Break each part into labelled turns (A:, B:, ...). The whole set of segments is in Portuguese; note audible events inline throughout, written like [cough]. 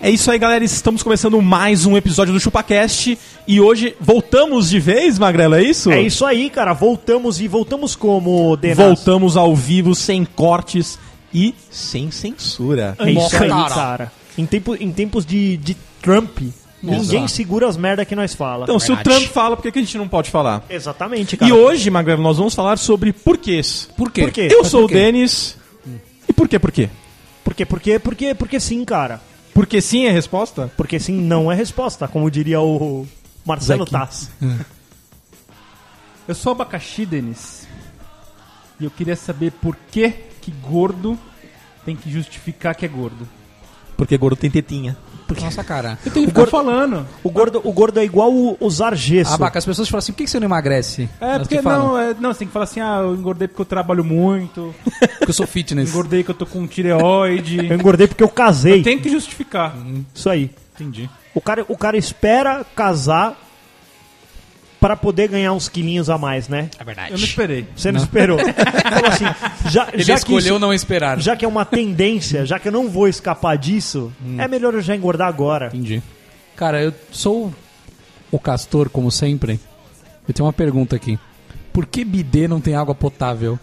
A: É isso aí, galera. Estamos começando mais um episódio do ChupaCast. E hoje voltamos de vez, Magrela, é isso?
B: É isso aí, cara. Voltamos e voltamos como, Denas?
A: Voltamos ao vivo, sem cortes e sem censura.
B: É isso aí,
C: Cara.
B: cara. Em, tempo, em tempos de, de Trump, ninguém
C: Exato.
B: segura as merda que nós fala.
A: Então, se o
C: Verdade.
A: Trump fala, por que que a gente não pode falar?
B: Exatamente, cara.
A: E hoje, Magrela, nós vamos falar sobre porquês.
C: Por quê?
B: Por quê?
A: Eu
B: Mas
A: sou o
C: por quê?
A: Denis. E por quê, por quê?
B: Por quê? Por quê? Por quê? Porque sim, cara.
A: Porque sim é a resposta?
B: Porque sim não é resposta, como diria o Marcelo Taz.
D: Eu sou abacaxi, Denis. E eu queria saber por que que gordo tem que justificar que é gordo.
A: Porque gordo tem tetinha.
C: Nossa, cara.
D: Eu tenho que ficar falando.
B: O gordo, o gordo é igual o- usar gesso.
C: Abaca, as pessoas falam assim, por que que você não emagrece?
D: É,
C: Elas
D: porque
C: te falam,
D: não, é, não, você tem que falar assim, ah, eu engordei porque eu trabalho muito,
C: Porque eu sou fitness.
D: engordei que eu tô com um
A: [laughs]
D: tireoide.
B: Eu engordei porque eu casei.
D: Tem que justificar.
B: Isso aí.
D: Entendi.
B: O cara, o cara espera casar pra poder ganhar uns quilinhos a mais, né?
C: É verdade.
D: Eu não esperei.
B: Você não, esperou. Falou assim, já,
C: [laughs] Ele
B: já que
C: escolheu
B: isso-
C: não esperar.
B: já que é uma tendência, já que eu não vou escapar disso, é melhor eu já engordar agora.
C: Hum. Entendi. Cara, eu sou o castor, como sempre. Eu tenho uma pergunta aqui. Por que bidê não tem água potável?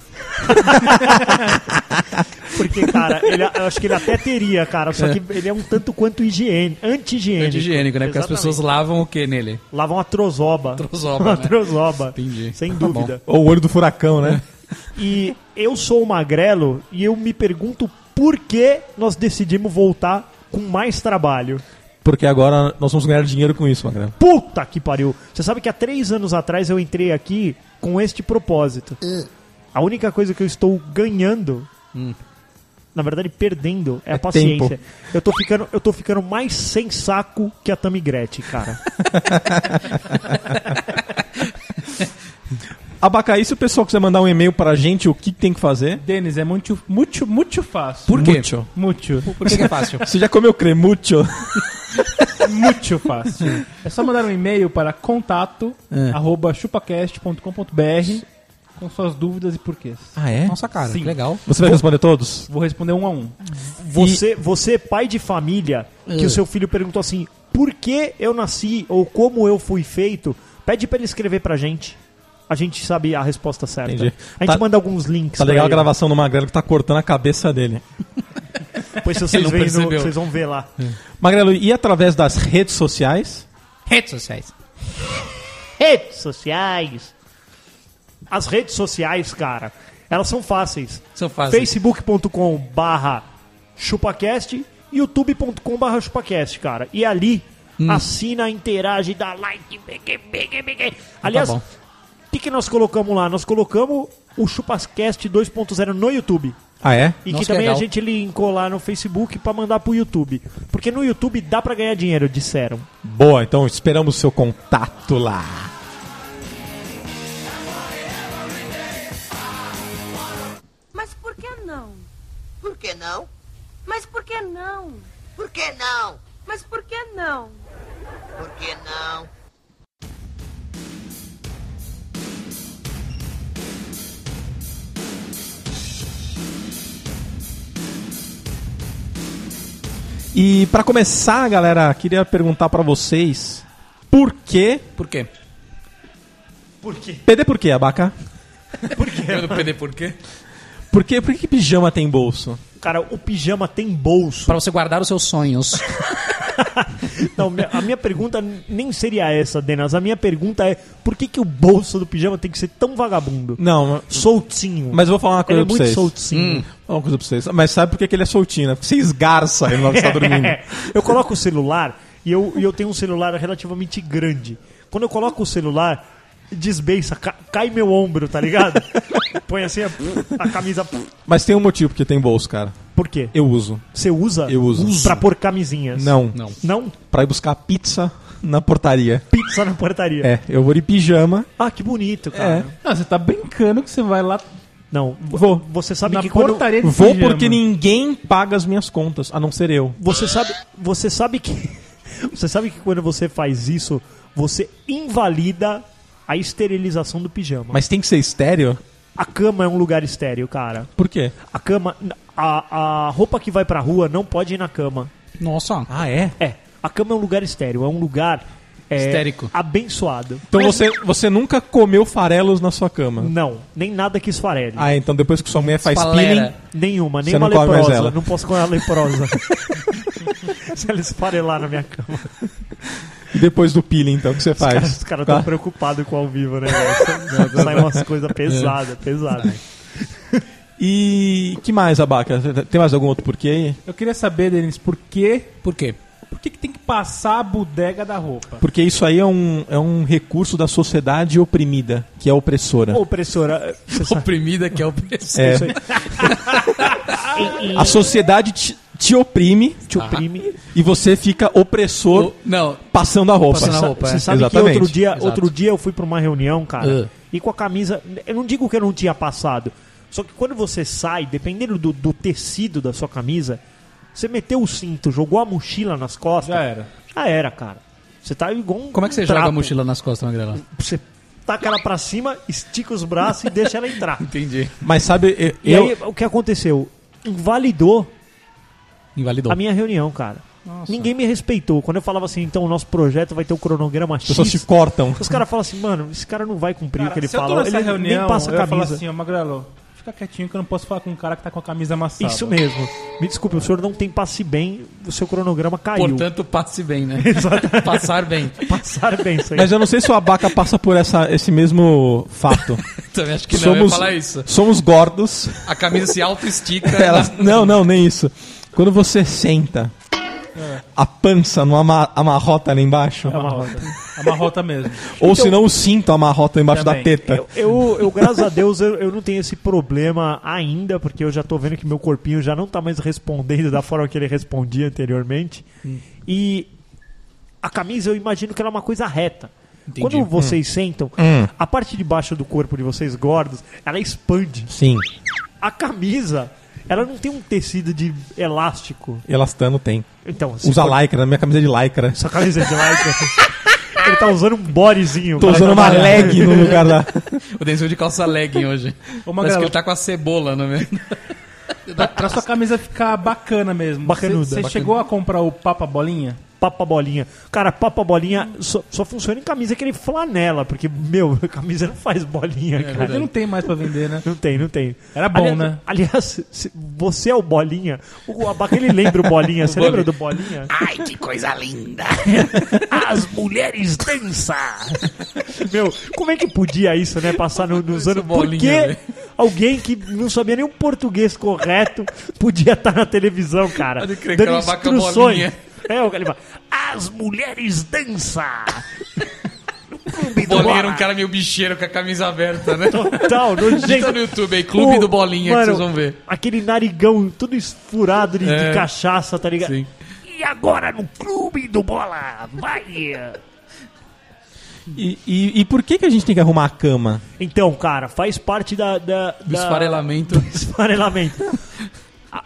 B: Porque, cara,
C: [laughs]
B: ele- eu acho que ele até teria, cara. Só
C: É.
B: que ele é um tanto quanto higiene, anti-higiênico.
C: Anti-higiênico, né? Porque as
B: Exatamente.
C: pessoas lavam o que nele?
B: lavam a trozoba.
C: Trozoba,
B: a
C: né?
B: trozoba.
C: Entendi.
B: Sem
C: Tá
B: dúvida.
A: Ou o olho do furacão, né?
B: E eu sou o magrelo e eu me pergunto por que nós decidimos voltar com mais trabalho.
A: Porque agora nós vamos ganhar dinheiro com isso, Magrela.
B: Puta que pariu! Você sabe que há três anos atrás eu entrei aqui com este propósito. A única coisa que eu estou ganhando, na verdade perdendo, é, a paciência. Eu tô, ficando, eu tô ficando mais sem saco que a Tammy Gretchen, cara.
A: Abacaí, se o pessoal quiser mandar um e-mail pra gente, o que que tem que fazer?
D: Denis, é muito, muito, muito fácil.
C: Por quê?
A: Mucho.
D: Muito,
C: Por que, que é fácil?
A: Você já comeu cremucho?
D: muito fácil. É só mandar um e-mail para contato
B: É.
D: arroba chupacast.com.br com suas dúvidas e porquês.
A: Ah, é?
C: Nossa, cara,
D: Sim.
C: que legal.
A: Você vai responder todos?
D: Vou responder um a um.
B: Tá. Você, você é pai de família que o seu filho perguntou assim: por que eu nasci ou como eu fui feito? Pede pra ele escrever pra gente. A gente sabe a resposta certa.
A: Entendi.
B: A gente
A: Tá-
B: manda alguns links.
A: Tá
B: pra
A: legal a
B: ele.
A: gravação do Magrelo que tá cortando a cabeça dele.
B: Depois se vocês,
C: Ele não
B: veem no-
C: percebeu.
B: vocês vão ver lá.
A: Magrelo, e através das redes sociais?
C: Redes sociais.
B: Redes sociais. As redes sociais, cara, elas são fáceis.
C: São fáceis.
B: facebook.com barra chupacast youtube.com barra chupacast, cara. E ali,
C: Hum.
B: assina, interage, dá like. pegue, pegue, pegue. Aliás,
C: Tá bom.
B: o que, que nós colocamos lá? Nós colocamos o Chupacast 2.0 no YouTube.
A: Ah, é?
B: E
C: Nossa,
B: que
C: que
B: também a
C: legal.
B: gente linkou lá no Facebook pra mandar pro YouTube. Porque no YouTube dá pra ganhar dinheiro, disseram.
A: Boa, então esperamos o seu contato lá.
E: Mas por que não?
F: Por que não?
E: Mas por que não?
F: Por que não?
E: Mas por que não?
F: Por que não?
A: E pra começar, galera, queria perguntar pra vocês por que.
C: Por quê?
A: PD por quê, Abaca?
C: Eu não perdi por quê?
A: Por que, por que que pijama tem bolso?
B: Cara, o pijama tem bolso.
C: Pra você guardar os seus sonhos.
B: Não, minha- a minha pergunta nem seria essa, Denas. A minha pergunta é: por que, que o bolso do pijama tem que ser tão vagabundo?
A: Não,
B: Soltinho.
A: mas eu vou falar uma coisa
B: ele é
A: pra
B: muito
A: vocês. Hum,
B: soltinho.
A: Falar Uma coisa pra vocês. Mas sabe por que que ele é soltinho, né? Porque você esgarça ele na hora que você tá dormindo.
B: [laughs] eu coloco o celular e eu, e eu tenho um celular relativamente grande. Quando eu coloco o celular, desbeiça, ca- cai meu ombro, tá
A: [laughs]
B: ligado? Põe assim a, a camisa.
A: Mas tem um motivo porque tem bolso, cara.
B: Por quê?
A: Eu uso.
B: Você usa?
A: Eu uso.
B: Pra pôr camisinhas.
A: Não.
C: Não.
B: Não?
A: Pra ir buscar pizza na portaria.
B: Pizza na portaria.
A: É, eu vou de pijama.
B: Ah, que bonito, cara.
D: Não, você tá brincando que você vai lá
B: Não.
A: É. Vou.
B: Você sabe
D: Na
B: que quando...
D: portaria de
A: Vou
D: pijama.
A: porque ninguém paga as minhas contas, a não ser eu.
B: Você sabe, você sabe que [laughs] você sabe que quando você faz isso, você invalida a esterilização do pijama.
A: Mas tem que ser estéreo?
B: a cama é um lugar estéreo, cara.
A: Por quê?
B: A cama, a, a roupa que vai pra rua não pode ir na cama.
C: Nossa.
A: Ah, é?
B: É, a cama é um lugar estéreo, é um lugar é,
C: Estérico.
B: abençoado.
A: Então você, você nunca comeu farelos na sua cama.
B: Não, nem nada que esfarele.
A: Ah, então depois que sua mulher faz
C: Espalera.
A: peeling...
B: Nenhuma,
A: Você
B: nenhuma
A: não come mais
B: leprosa.
A: ela.
B: Não posso comer a leprosa. [laughs] Se ela esfarelar na minha cama.
A: E depois do peeling, então, o que você faz?
B: Os caras estão
A: Tá?
B: preocupados com o ao vivo, né?
C: [laughs]
B: velho? Sai umas coisas
C: É.
B: pesadas, pesadas.
A: E que mais, Abaca? Tem mais algum outro porquê aí?
D: Eu queria saber, Denis, por quê?
C: Por quê?
D: Por que, que tem que passar a bodega da roupa?
A: Porque isso aí é um, é um recurso da sociedade oprimida, que é opressora.
B: Opressora, você sabe.
C: Oprimida que é opressão.
A: É. A sociedade te, te oprime
B: Te
C: Ah.
B: oprime.
C: É,
A: e você fica opressor
C: O- Não,
A: passando a roupa.
C: Passando a roupa. Opa,
B: Você
C: é.
B: sabe
A: Exatamente.
B: que outro dia,
C: Exato.
B: outro dia eu fui pra uma reunião, cara,
C: Ah.
B: e com a camisa. Eu não digo que eu não tinha passado. Só que quando você sai, dependendo do, do tecido da sua camisa, você meteu o cinto, jogou a mochila nas costas.
D: Já era.
B: Já era, cara. Você tá igual um
C: como é que você joga
B: trapo.
C: a mochila nas costas, Magrela?
B: Você taca ela pra cima, estica os braços e deixa ela
C: [laughs]
B: entrar.
C: Entendi.
A: Mas sabe, eu,
B: E
A: eu-
B: aí, o que aconteceu? Invalidou
C: Invalidou.
B: a minha reunião, cara. Ninguém me respeitou. Quando eu falava assim, então o nosso projeto vai ter o cronograma
A: as pessoas
B: X.
A: se cortam.
B: Os caras falam assim, mano, esse cara não vai cumprir o que ele
D: se eu tô
B: fala.
D: nessa
B: Ele
D: reunião,
B: nem passa a
D: eu ia falar
B: camisa.
D: assim, ó, Magrelo, fica quietinho que eu não posso falar com um cara que tá com a camisa amassada.
B: Isso mesmo. Me desculpe, o senhor não tem passe bem, o seu cronograma caiu.
C: Portanto, passe bem,
B: [laughs]
C: né? Passar bem.
B: Passaram bem isso aí.
A: Mas eu não sei se o Abaca passa por essa, esse mesmo fato.
C: Também acho que não, eu ia
A: somos,
C: falar isso.
A: somos [laughs] gordos.
C: A camisa
B: [laughs]
C: se auto-estica.
A: Ela- não, não, nem isso. Quando você senta, a pança não ama, amarrota ali embaixo.
D: A marrota. A marrota mesmo.
A: Ou se não, o cinto amarrota embaixo
D: Também.
A: da teta.
B: Eu, eu, eu, graças a Deus, eu, eu não tenho esse problema ainda, porque eu já tô vendo que meu corpinho já não tá mais respondendo da forma que ele respondia anteriormente. E a camisa, eu imagino que ela é uma coisa reta.
C: Entendi.
B: Quando vocês sentam,
A: Hum.
B: a parte de baixo do corpo de vocês gordos, ela expande.
A: Sim,
B: A camisa, ela não tem um tecido de elástico.
A: elastano tem.
B: Então, se
A: Usa
B: for-
A: lycra, minha camisa é de lycra.
B: Sua camisa de lycra. [laughs] Ele tá usando um bodyzinho.
A: Tô
B: pra
A: usando uma
B: trabalhar.
A: leg [laughs] no lugar da...
C: O Denis veio de calça legging hoje.
D: Ô,
C: Parece que
D: Magrelo,
C: ele tá com a cebola
B: [laughs]
C: no meio.
B: Tá-
D: pra, pra sua camisa ficar bacana mesmo.
B: Bacanuda.
D: Você
B: Bacana.
D: chegou a comprar o Papa Bolinha?
B: Papa bolinha. Cara, papa bolinha só, só funciona em camisa que ele flanela, porque, meu, [laughs] a camisa não faz bolinha, cara.
D: Porque não tem mais pra vender, né?
B: Não tem, não tem.
D: Era bom,
B: aliás,
D: né?
B: Aliás, se- se você é o Bolinha. O Abaca, ele lembra o Bolinha. Você lembra do Bolinha?
F: Ai, que coisa linda.
B: As mulheres dançam! [laughs] Meu, como é que podia isso, né? Passar no- nos anos. Por
C: bolinha,
B: que
C: velho.
B: alguém que não sabia nem o português correto podia estar na televisão, cara?
C: Pode crer,
B: Dando
C: aquela vaca
B: instruções.
C: bolinha.
B: É, o cara ele fala, As mulheres dançam! No clube do
C: Bolinha
B: Bola.
C: era um cara meio bicheiro com a camisa
B: [laughs]
C: aberta, né? [laughs]
B: Total,
C: Digita no
B: nojento.
C: YouTube aí, Clube
B: O-
C: do Bolinha,
B: mano,
C: que vocês vão ver.
B: Aquele narigão todo esfurado de, de
C: É.
B: cachaça, tá ligado?
C: Sim.
B: E agora no clube do bola, vai!
A: E, e, e por que, que a gente tem que arrumar a cama?
B: Então, cara, faz parte da. da
C: Do esfarelamento.
B: esfarelamento. A,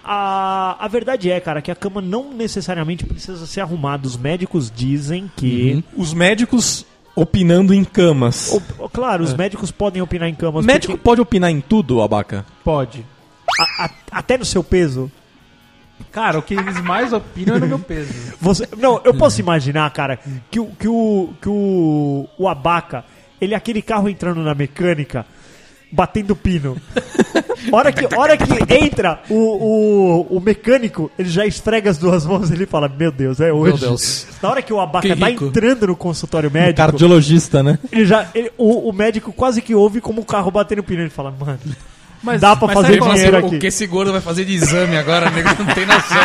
B: a, a verdade é, cara, que a cama não necessariamente precisa ser arrumada. Os médicos dizem
C: Uhum.
B: que.
A: Os médicos opinando em camas.
B: O- claro,
C: É.
B: os médicos podem opinar em
A: O
B: camas.
A: médico pode opinar em tudo, Abaca?
D: Pode.
B: porque a- a- até no seu peso.
D: Cara, o que eles mais opinam é no meu peso.
B: Você, não,
C: É.
B: eu posso imaginar, cara, que, o- que, o, que o, o Abaca, ele é aquele carro entrando na mecânica, batendo
C: [laughs]
B: pino. Hora que, hora que entra o, o, o mecânico, ele já esfrega as duas mãos e ele fala: Meu Deus, é hoje.
C: Deus.
B: Na hora que o Abaca
C: Que
B: tá
C: rico.
B: entrando no consultório
A: O
B: médico,
A: cardiologista, né?
B: ele já, ele- o, o médico quase que ouve como o carro batendo pino. Ele fala: Mano,
D: Mas
B: Dá pra
D: mas
B: fazer
D: sabe
C: Ele
D: qual
C: fala
D: é
C: assim,
B: dinheiro
C: o
B: aqui.
C: que esse gordo vai fazer de exame agora, nego? Não tem noção.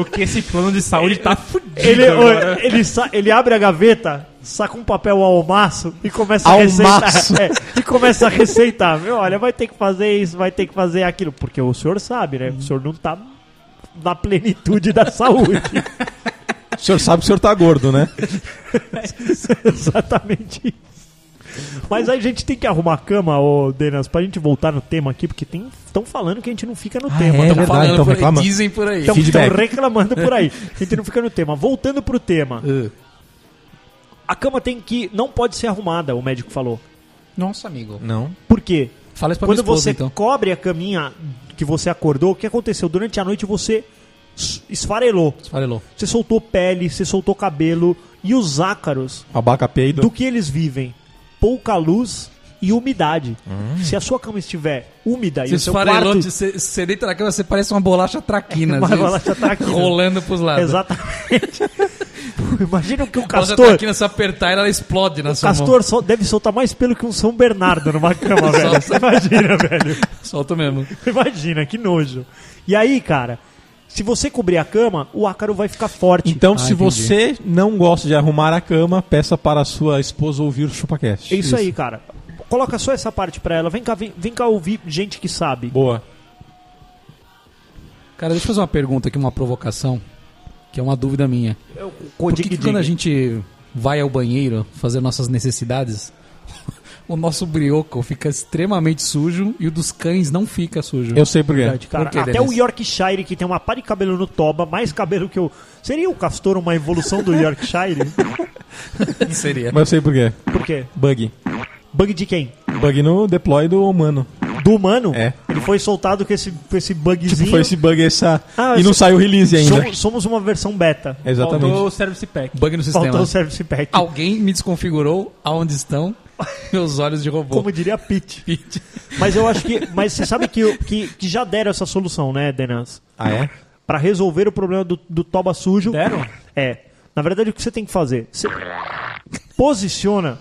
D: o que é? esse plano de saúde tá fudido
B: ele,
D: agora.
B: ele, sa- ele abre a gaveta, saca um papel ao maço e começa a
A: Almaço.
B: receitar. [laughs] É, e começa a receitar. Meu, olha, vai ter que fazer isso, vai ter que fazer aquilo. Porque o senhor sabe, né? O senhor não tá na plenitude da saúde.
A: [laughs] O senhor sabe que o senhor tá gordo, né?
B: Exatamente isso. Mas a gente tem que arrumar a cama, ô Denas, pra gente voltar no tema aqui, porque estão falando que a gente não fica no tema.
A: é?
B: Tão-
A: verdade, então
C: por
A: reclama.
C: aí, dizem por aí.
B: Estão
A: Feedback.
B: Então, reclamando por
C: [laughs]
B: aí. A gente não fica no tema. Voltando pro tema.
C: Ah.
B: A cama tem que. Não pode ser arrumada, o médico falou.
C: Nossa, amigo.
A: Não.
B: Por quê?
C: Fala isso pra
B: Quando
C: minha esposa,
B: você
C: então.
B: cobre a caminha que você acordou, o que aconteceu? Durante a noite você s- esfarelou.
C: Farelou.
B: Você soltou pele, você soltou cabelo. E os ácaros,
A: Abaca peido.
B: do que eles vivem? Pouca luz e umidade. Se a sua cama estiver úmida e
C: Hum. Você
B: o seu
C: esfarelou,
B: quarto...
C: de- você, você deita na cama, você parece uma bolacha
B: [laughs]
C: traquina.
B: Uma
C: às vezes.
B: bolacha traquina.
C: Rolando pros lados.
B: Exatamente.
C: [laughs]
B: Imagina que o
C: A bolacha
B: castor...
C: traquina, se apertar, ela explode na sua mão.
B: Castor sol- deve soltar mais pelo que um São Bernardo
C: [laughs]
B: numa cama, velho. Você imagina, velho.
C: Solta mesmo.
B: Imagina, que nojo. E aí, cara, se você cobrir a cama, o ácaro vai ficar forte.
A: Então,
C: Ah,
A: se
C: entendi.
A: você não gosta de arrumar a cama, peça para a sua esposa ouvir o ChupaCast.
B: é isso, aí, cara. Coloca só essa parte pra ela. Vem cá, vem, vem cá ouvir gente que sabe.
A: Boa.
C: Cara, deixa eu fazer uma pergunta aqui, uma provocação, que é uma dúvida minha.
B: Com
C: Por que,
B: dig-
C: que
B: dig.
C: quando a gente vai ao banheiro fazer nossas necessidades, [laughs] o nosso brioco fica extremamente sujo e o dos cães não fica sujo?
A: Eu sei por quê.
B: Verdade, cara.
C: Por quê,
B: Até
C: Denis?
B: o Yorkshire, que tem uma pá de cabelo no toba, mais cabelo que eu. Seria o Castor uma evolução do
C: [laughs]
B: Yorkshire?
C: [laughs] seria.
A: Mas eu sei por quê.
B: Por quê?
A: Bug.
B: Bug de quem?
A: Bug no deploy do humano.
B: Do humano?
A: É.
B: Ele foi soltado com esse, com esse bugzinho.
A: Tipo, foi esse bug, essa...
B: Ah,
A: e não
B: eu
A: saiu release ainda.
B: Somos, somos uma versão beta.
C: É
A: um Exatamente.
D: Faltou o Service Pack.
C: Bug no sistema. né?
B: Faltou o service pack.
C: Alguém me desconfigurou aonde
B: [laughs]
C: estão meus olhos de robô.
B: Como diria Pete.
C: Pete.
B: Mas eu acho que. Mas você sabe que, que, que já deram essa solução, né, Denas?
A: Ah, é?
B: Pra resolver o problema do, do toba sujo.
D: Deram?
B: É. Na verdade, o que você tem que fazer? Você posiciona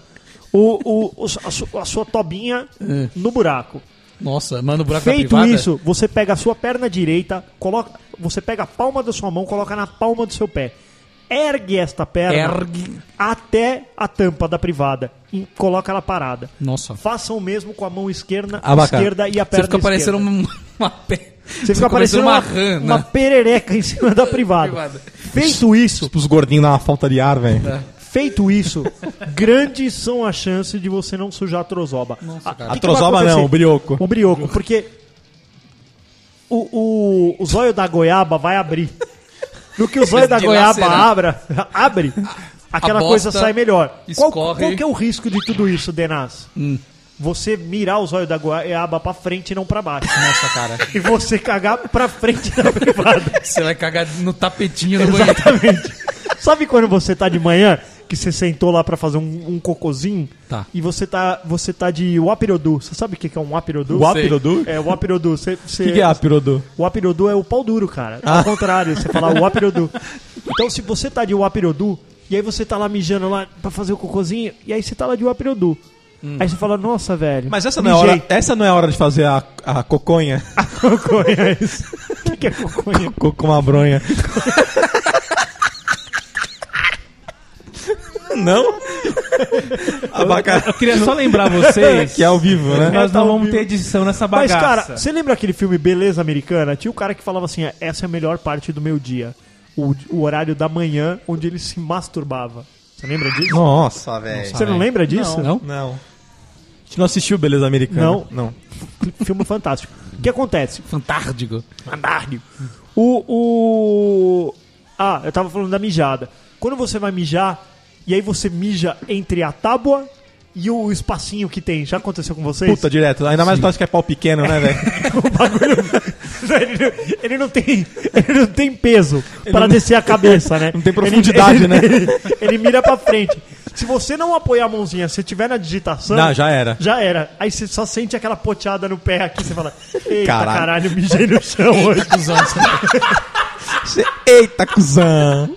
B: o, o, o- a, su- a sua tobinha no buraco.
C: [laughs] Nossa, manda o É. buraco na
B: Feito
C: privada.
B: isso, você pega a sua perna direita, coloca, você pega a palma da sua mão, coloca na palma do seu pé. Ergue esta perna
C: ergue.
B: até a tampa da privada e coloca ela parada.
C: Nossa.
B: Faça o mesmo com a mão esquerda,
A: Abacá.
B: esquerda e a
C: Você
B: perna
C: fica parecendo
B: esquerda.
C: uma, [laughs] uma pe-
B: Você fica parecendo uma,
C: uma rã,
B: uma
C: né?
B: perereca em cima da privada.
C: Privada.
B: Feito isso,
A: Tipo, os gordinhos na falta de ar, velho.
B: feito isso, grandes são as chances de você não sujar a trozoba.
C: Nossa,
B: A-
C: cara.
B: o
A: A
B: que que vai
A: trozoba
B: acontecer?
A: não, o brioco.
B: O brioco, porque o, o, o zóio da goiaba vai abrir. No que o zóio da
C: De
B: goiaba
C: lacerar.
B: abra, abre, aquela
C: bosta
B: coisa sai melhor. Qual, qual
C: escorre. Hum.
B: que é o risco de tudo isso, Denas? Você mirar o zóio da goiaba pra frente e não pra baixo.
C: Nossa, cara.
B: e você cagar pra frente da privada.
C: Você vai cagar no tapetinho do
B: [laughs]
C: banheiro.
B: Exatamente. Sabe quando você tá de manhã, que você sentou lá pra fazer um, um cocôzinho?
C: Tá.
B: E você tá, você tá de wapirodu. Você sabe o que que é um wapirodu?
A: Wapirodu?
B: É, o apirodu. Você,
A: O que, que é Ah. apirodu?
B: O apirodu é o pau duro, cara. Ao contrário, você fala
A: [laughs]
B: o apirodu. Então, se você tá de apirodu, e aí você tá lá mijando lá pra fazer o cocôzinho, e aí você tá lá de apirodu. Aí você fala, nossa, velho.
A: Hum. Mas essa não, é
B: mijei.
A: hora, essa não é hora de fazer a, a [laughs] coconha
B: Coconha é isso. O [laughs] que, que é coconha?
A: co- com uma [laughs] bronha. [laughs] não? Abaca,
D: Eu queria só lembrar vocês
A: que é ao vivo,
D: que
A: né?
D: nós não vamos
B: vivo.
D: ter edição nessa
B: Mas,
D: bagaça.
B: cara, você lembra aquele filme Beleza Americana? Tinha o cara que falava assim: essa é a melhor parte do meu dia. O, o horário da manhã onde ele se masturbava. Você lembra disso?
A: Nossa, velho.
B: Você não lembra disso?
C: Não?
A: Não. A gente não assistiu Beleza Americana.
B: Não.
A: Não.
B: Filme fantástico. O que acontece?
C: Fantárdigo.
B: Andardio. O, o. Ah, eu tava falando da mijada. Quando você vai mijar, e aí você mija entre a tábua e o espacinho que tem. Já aconteceu com vocês?
A: Puta, direto. Ainda mais nós que é pau pequeno,
B: [laughs]
A: né, velho?
B: o bagulho. ele, não- [laughs] ele não tem, ele não tem peso para descer
A: [laughs]
B: a cabeça, né?
A: não tem
B: Ele-
A: profundidade,
B: ele,
A: né?
B: Ele, [laughs] ele mira para frente. Se você não apoiar a mãozinha, se tiver na digitação,
A: Não, já era.
B: já era. Aí você só sente aquela poteada no pé aqui, você fala: "Eita,
A: Caralho.
B: caralho, mijei no chão
C: [laughs]
B: hoje".
C: Cusão, você-
A: Você- Eita, cuzão.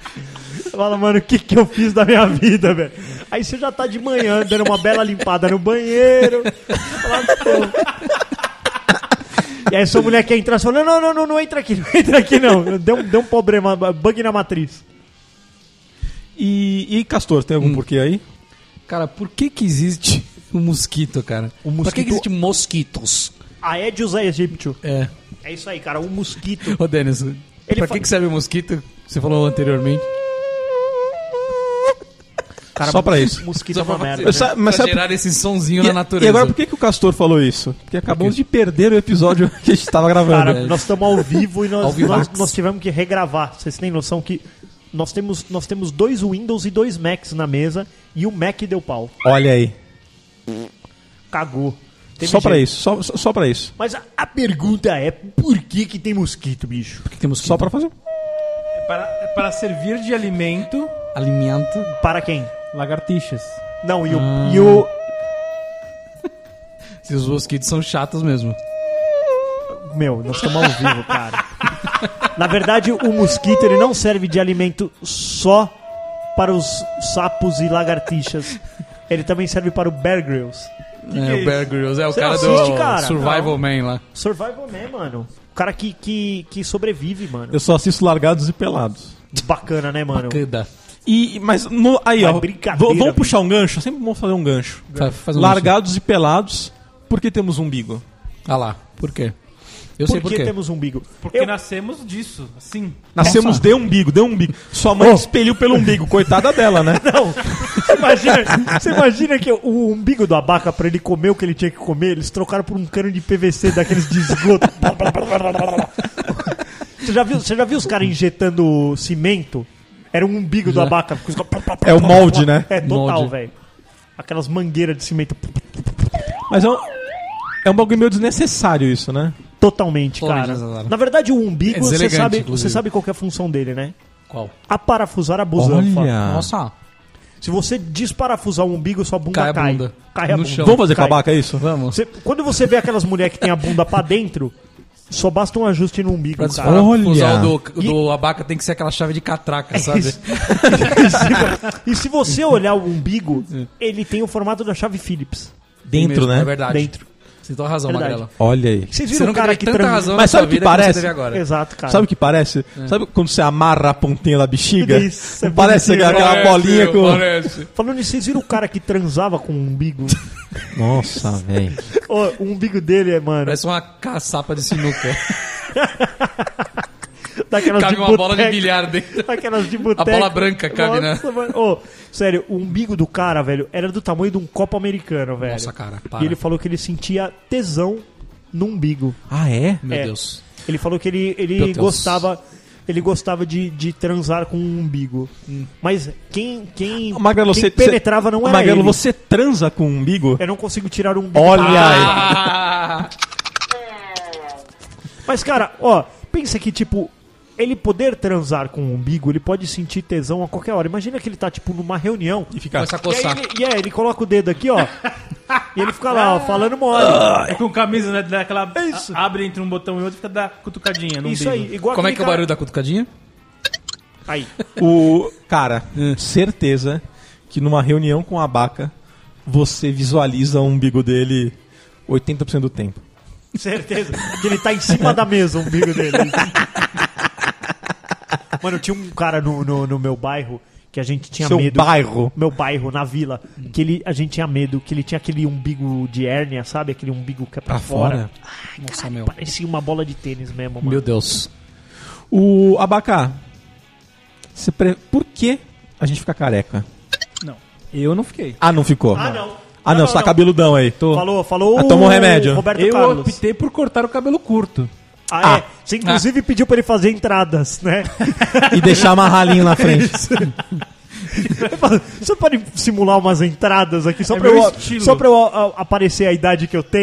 B: Fala, mano, o que, que eu fiz da minha vida, velho? Aí você já tá de manhã dando uma bela limpada no banheiro. Fala, pô. E aí sua mulher quer entrar, você fala, não, não, não, não entra aqui, não entra aqui não. Deu, um- deu um problema, bug na matriz.
A: E, e Castor, tem algum porquê aí?
C: Cara, por que que existe o mosquito, cara?
B: mosquito-
C: Por que que existe mosquitos?
B: A Aedes aegypti.
C: É.
B: É isso aí, cara, um mosquito.
C: Ô, Denis, pra
B: fa-
C: que que serve o mosquito? Você falou anteriormente.
B: Cara,
A: Só pra isso.
B: Mosquito
C: Só
B: é uma
C: pra
B: merda.
C: fazer.
B: né?
A: sa- mas
C: pra
A: sabe por-
C: gerar esse sonzinho
A: E,
C: na natureza.
A: e agora, por que, que o Castor falou isso? Porque acabamos de perder o episódio que a gente tava gravando.
B: Cara, nós estamos ao vivo e
C: Ao
B: nós,
C: vivax.
B: nós, nós tivemos que regravar. Vocês têm noção que nós temos, nós temos dois Windows e dois Macs na mesa e o Mac deu pau.
A: Olha aí.
B: Cagou. Teve
A: Só pra
B: jeito.
A: isso. Só, só, só pra isso.
B: Mas a, a pergunta é por que que tem mosquito, bicho?
C: que temos
A: Só pra fazer.
D: Para, é para servir de alimento,
C: alimento?
B: Para quem?
D: lagartixas.
B: Não, e o... E o
C: Esses mosquitos são chatos mesmo.
B: meu, nós estamos ao vivo, cara. na verdade, o mosquito ele não serve de alimento só para os sapos e lagartixas. Ele também serve para o Bear Grylls.
C: é, o Bear Grylls é o
B: Você
C: cara
B: assiste,
C: do
B: cara? Não.
C: Survival Man lá.
B: Survival Man, mano. O cara que, que, que sobrevive, mano.
A: Eu só assisto largados e pelados.
B: Bacana, né, mano?
C: Canda.
A: E, mas no- aí,
B: É
A: ó.
B: brincadeira,
A: vou- Vamos
B: bicho.
A: puxar um gancho? É Sempre bom fazer um gancho.
C: Fa- Faz um
A: Largados e pelados, porque temos umbigo.
C: Ah lá, por quê? Eu sei
B: Por
C: por
B: que
C: quê.
B: temos um umbigo?
D: Porque
B: [laughs] Eu-
D: nascemos disso, assim.
A: Nascemos de umbigo, de umbigo. Sua mãe expeliu pelo umbigo, coitada dela, né?
B: Não! Você imagina, você imagina que o umbigo do abaca, pra ele comer o que ele tinha que comer, eles trocaram por um cano de PVC daqueles de
C: [laughs]
B: esgoto. você, já viu, você já viu os caras injetando cimento? Era um umbigo do
C: Já.
B: abaca.
A: É o molde, né?
B: É total,
C: Molde.
B: velho. Aquelas mangueiras de cimento.
A: [laughs] Mas é um, é um bagulho meio desnecessário isso, né?
B: Totalmente,
C: Totalmente
B: cara.
C: desnecessário.
B: Na verdade, o umbigo,
C: É
B: você,
C: deselegante,
B: sabe,
C: inclusive.
B: você sabe qual que é a função dele, né?
C: Qual?
B: Aparafusar a busanfa.
C: Nossa,
B: Se você desparafusar o umbigo, sua bunda
C: Cai
B: cai.
C: a bunda.
B: Cai
C: No
B: bunda.
C: chão.
A: Vamos fazer com a
B: Cai.
A: abaca isso?
C: vamos.
B: Você- quando você vê aquelas mulheres que tem a bunda pra dentro, só basta um ajuste no umbigo,
C: Pra
B: cara.
C: desfalar, usar
A: Olha.
C: o do, o do abaca tem que ser aquela chave de catraca, sabe?
B: É Isso. [laughs] E se- e se você olhar o umbigo, ele tem o formato da chave Phillips
C: Tem
A: Dentro,
C: mesmo, É
A: né?
C: verdade.
B: Dentro.
C: Você tem razão,
B: Verdade.
C: Magrela.
A: Olha aí.
B: Vocês
C: Você
B: viram o
C: nunca
B: cara
C: teve
B: que
C: tanta
B: transa...
C: razão
A: Mas
C: na
A: sabe
C: sua
A: o que
C: vida como
A: parece?
C: você teve agora.
B: Exato, cara.
A: Sabe o que parece? Sabe quando você amarra a pontinha da bexiga?
B: Isso, é
A: Não parece
B: bonitinho,
A: aquela
C: Parece,
A: bolinha com.
C: Parece.
B: Falando nisso, vocês viram o cara que transava com o
C: [laughs]
B: umbigo?
A: Nossa, velho.
B: Ó, o umbigo dele é, mano,
C: Parece uma caçapa
B: [laughs]
C: de sinuca.
B: daquelas
C: Cabe
B: de
C: uma bola de
B: boteco.
C: bilhar dentro.
B: Tá Aquelas de boteco.
C: bola branca cabe, né?
B: Nossa, mano. Ô, sério, o umbigo do cara, velho, era do tamanho de um copo americano, velho.
C: Nossa, cara, para.
B: E ele falou que ele sentia tesão no umbigo.
A: Ah, é?
C: Meu
B: É.
C: Deus.
B: Ele falou que ele,
C: Meu
B: ele
C: Deus.
B: gostava... Ele gostava de, de transar com um umbigo.
C: Hum.
B: Mas quem, quem,
A: Magrelo,
B: quem
A: você.
B: penetrava não era
A: Magrelo,
B: ele.
A: você transa com o umbigo?
B: Eu não consigo tirar o umbigo.
A: Olha aí.
C: Ah,
B: Ah, Mas, cara, ó, pensa que, tipo, ele poder transar com o umbigo, ele pode sentir tesão a qualquer hora. Imagina que ele tá, tipo, numa reunião.
A: E fica.
C: começa a
B: E aí
C: coçar.
B: ele, e aí ele coloca o dedo aqui, ó. e ele fica lá, ó, falando mole.
D: É com camisa, né? Daquela,
B: É Isso.
D: a- abre entre um botão e outro e fica da cutucadinha. Não
B: Isso aí, igual
C: Como é
B: aquele
C: que é o
B: cara-
C: barulho da cutucadinha?
B: Aí.
A: O. [laughs] Cara, certeza que numa reunião com a abaca, você visualiza o umbigo dele 80% do tempo.
B: Certeza. Que ele tá em cima da mesa, o umbigo dele. Mano, tinha um cara no, no, no meu bairro que a gente tinha
A: Seu
B: medo.
A: bairro.
B: Meu bairro, na vila. Que ele, a gente tinha medo, que ele tinha aquele umbigo de hérnia, sabe? Aquele umbigo que é pra,
A: Pra
B: fora.
A: fora.
C: Nossa, meu.
B: Parecia uma bola de tênis mesmo, mano.
C: Meu Deus.
A: O Abacá, você pre- por que a gente fica careca?
D: Não. Eu não fiquei.
A: Ah, não ficou?
B: Ah, não.
A: Ah, não,
B: Não,
A: você tá
B: não.
A: cabeludão aí. Tô...
B: Falou, falou.
A: Ah, tomou
B: o
A: remédio.
B: Roberto
D: eu
B: Carlos.
D: optei por cortar o cabelo curto.
B: Ah, é.
A: Ah.
B: Você inclusive pediu pra ele fazer entradas, né?
A: E deixar amarralinho
B: [laughs]
A: na frente.
B: Você pode simular umas entradas aqui só,
D: É
B: pra,
D: meu
B: eu,
D: estilo. É
B: só pra eu ó, tá
A: tá Ah,
B: É,
A: né? é,
B: assim, é assim,
A: tá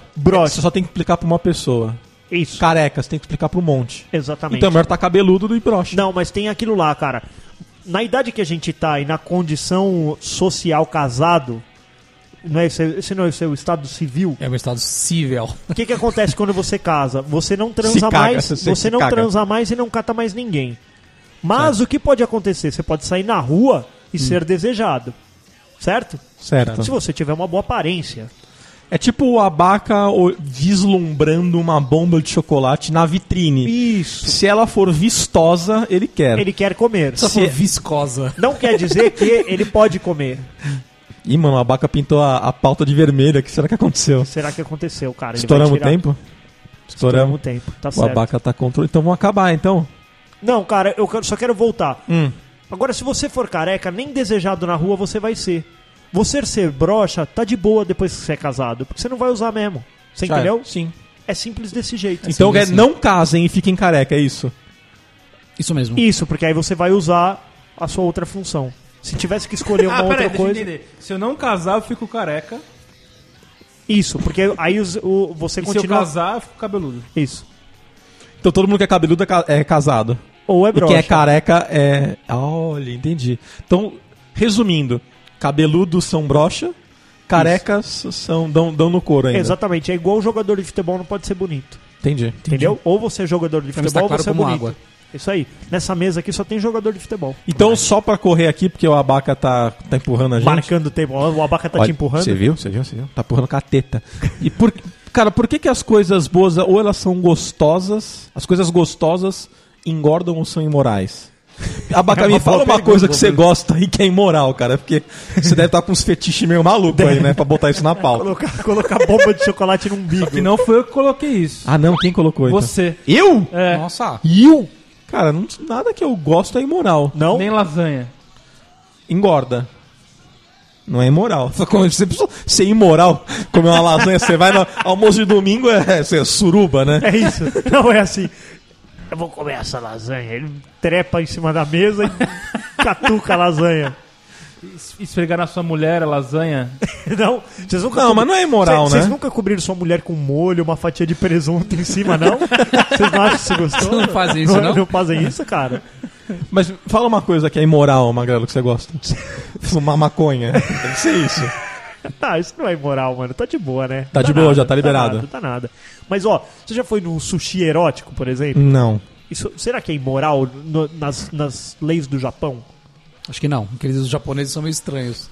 A: um Então, tá
B: [laughs] tá é
C: É um
A: Hum.
B: e ser desejado. Certo?
A: Certo.
B: Se você tiver uma boa aparência.
A: É tipo o abaca o- vislumbrando uma bomba de chocolate na vitrine.
B: Isso.
A: Se ela for vistosa, ele quer.
B: Ele quer comer.
C: Só por viscosa.
B: Não quer dizer que ele pode comer.
A: Ih, mano, o abaca pintou a, a pauta de vermelho. O que será que aconteceu?
B: Será que aconteceu, cara? Ele vai
A: Estouramos o
B: tirar-
A: tempo?
B: Estouramos o
A: Estouramos.
B: tempo, tá
A: O
B: certo.
A: abaca tá controlando. Então vamos acabar, então.
B: Não, cara, eu quero- só quero voltar.
A: Hum.
B: Agora, se você for careca, nem desejado na rua você vai ser. Você ser broxa, tá de boa depois que você é casado, porque você não vai usar mesmo. Você
A: Já é.
B: entendeu?
A: Sim.
B: É simples desse jeito.
A: Então
C: Sim,
A: é,
C: sim.
A: não casem e fiquem careca, é isso?
C: Isso mesmo.
B: Isso, porque aí você vai usar a sua outra função. Se tivesse que
D: [laughs]
B: escolher uma
D: Ah,
B: outra
D: peraí, deixa eu
B: coisa.
D: entender. Se eu não casar, eu fico careca.
B: Isso, porque aí os- o, você
D: E se eu
B: continua.
D: casar, eu fico cabeludo.
B: Isso.
A: Então todo mundo que é cabeludo é ca- é casado.
B: Ou é
A: E
B: broxa.
A: quem é careca é. Ah, Olha, entendi. Então, resumindo, cabeludos são brocha, carecas são dão, dão no couro ainda.
B: Exatamente, é igual jogador de futebol, não pode ser bonito.
A: Entendi.
B: Entendeu? Ou você é jogador de
C: Pra mim está
B: futebol ou
C: claro
B: você é
C: como
B: bonito.
C: água.
B: Isso aí. Nessa mesa aqui só tem jogador de futebol.
A: Então, só pra correr aqui, porque o abaca tá, tá empurrando a gente.
B: Marcando o tempo. Ó, O abaca tá
A: Olha,
B: te empurrando.
A: Você viu? Você viu? Você viu? Tá empurrando com a teta. E por, cara, por que, que as coisas boas, ou elas são gostosas, as coisas gostosas engordam ou são imorais? Abaca,
B: [laughs] É uma
A: me fala
B: boa
A: uma
B: pergunta,
A: coisa que você
B: Bruno.
A: gosta aí que é imoral, cara, porque você deve estar com uns fetiches meio maluco aí, né, pra botar isso na pauta.
B: Colocar, colocar bomba de chocolate no umbigo.
D: E não foi eu que coloquei isso.
A: Ah, não, quem colocou então?
D: Você.
A: Eu?
D: É.
C: Nossa.
A: Eu? Cara, não- nada que eu gosto é imoral.
B: Não?
D: Nem lasanha.
A: Engorda. Não é imoral. [laughs] Como Você precisa ser imoral, comer uma lasanha, você vai no almoço de domingo, é, você é suruba, né?
B: É isso. Não é assim. Eu vou comer essa lasanha. Ele trepa em cima da mesa e catuca a lasanha.
D: Es- Esfregar na sua mulher a lasanha.
B: Não, vocês nunca
A: Não, mas não é imoral,
B: Cê-
A: né?
B: Vocês nunca cobriram sua mulher com molho, uma fatia de presunto em cima, não? Vocês não acham que você gostou?
C: Vocês não fazem isso, não?
B: Não fazem isso, cara?
A: Mas fala uma coisa que é imoral, Magrelo, que você gosta. [laughs] Fumar maconha. Tem que ser isso.
B: Tá, isso não é imoral, mano. Tá de boa, né?
A: Tá de boa, já tá liberado.
B: nada, Tá nada, Mas, ó, você já foi num sushi erótico, por exemplo?
A: Não.
B: Isso, será que é imoral no- nas, nas leis do Japão?
C: Acho que não. Aqueles japoneses são meio estranhos.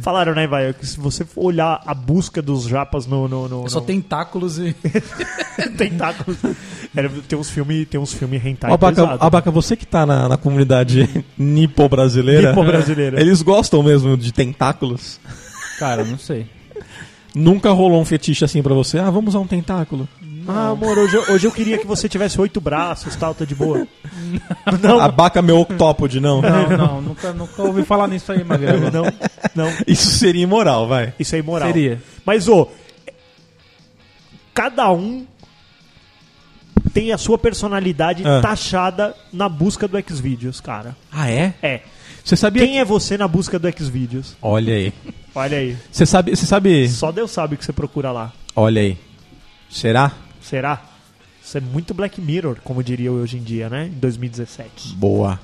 B: Falaram, né, vai, que se você for olhar a busca dos japas no... no, no
C: Só
B: no-
C: tentáculos e.
B: [laughs] tentáculos. Era- tem uns filmes tem uns filme hentai
A: Abaca,
B: pesado.
A: Abaca, você que tá na, na comunidade [laughs] nipo-brasileira.
B: Nipo-brasileira.
A: Eles gostam mesmo de tentáculos.
D: Cara, não [laughs] sei.
A: Nunca rolou um fetiche assim pra você? Ah, vamos a um tentáculo.
B: Ah, amor, hoje, eu- hoje eu queria que você tivesse oito braços, tal, tá de boa. Não,
A: Abaca meu octópode, não.
D: Não, não, nunca, nunca ouvi falar nisso aí, Magrelo.
B: não, não.
A: [laughs] Isso seria imoral, vai.
B: Isso é imoral.
D: Seria.
B: Mas, ô, cada um tem a sua personalidade
A: Ah.
B: taxada na busca do Xvideos, cara.
A: Ah, é?
B: É.
A: Você sabia
B: Quem é você na busca do Xvideos?
A: Olha aí.
B: Olha aí.
A: Você sabe, você sabe...
B: Só Deus sabe o que você procura lá.
A: Olha aí. Será?
B: Será? Isso é muito Black Mirror, como diria eu hoje em dia, né? Em 2017.
A: Boa.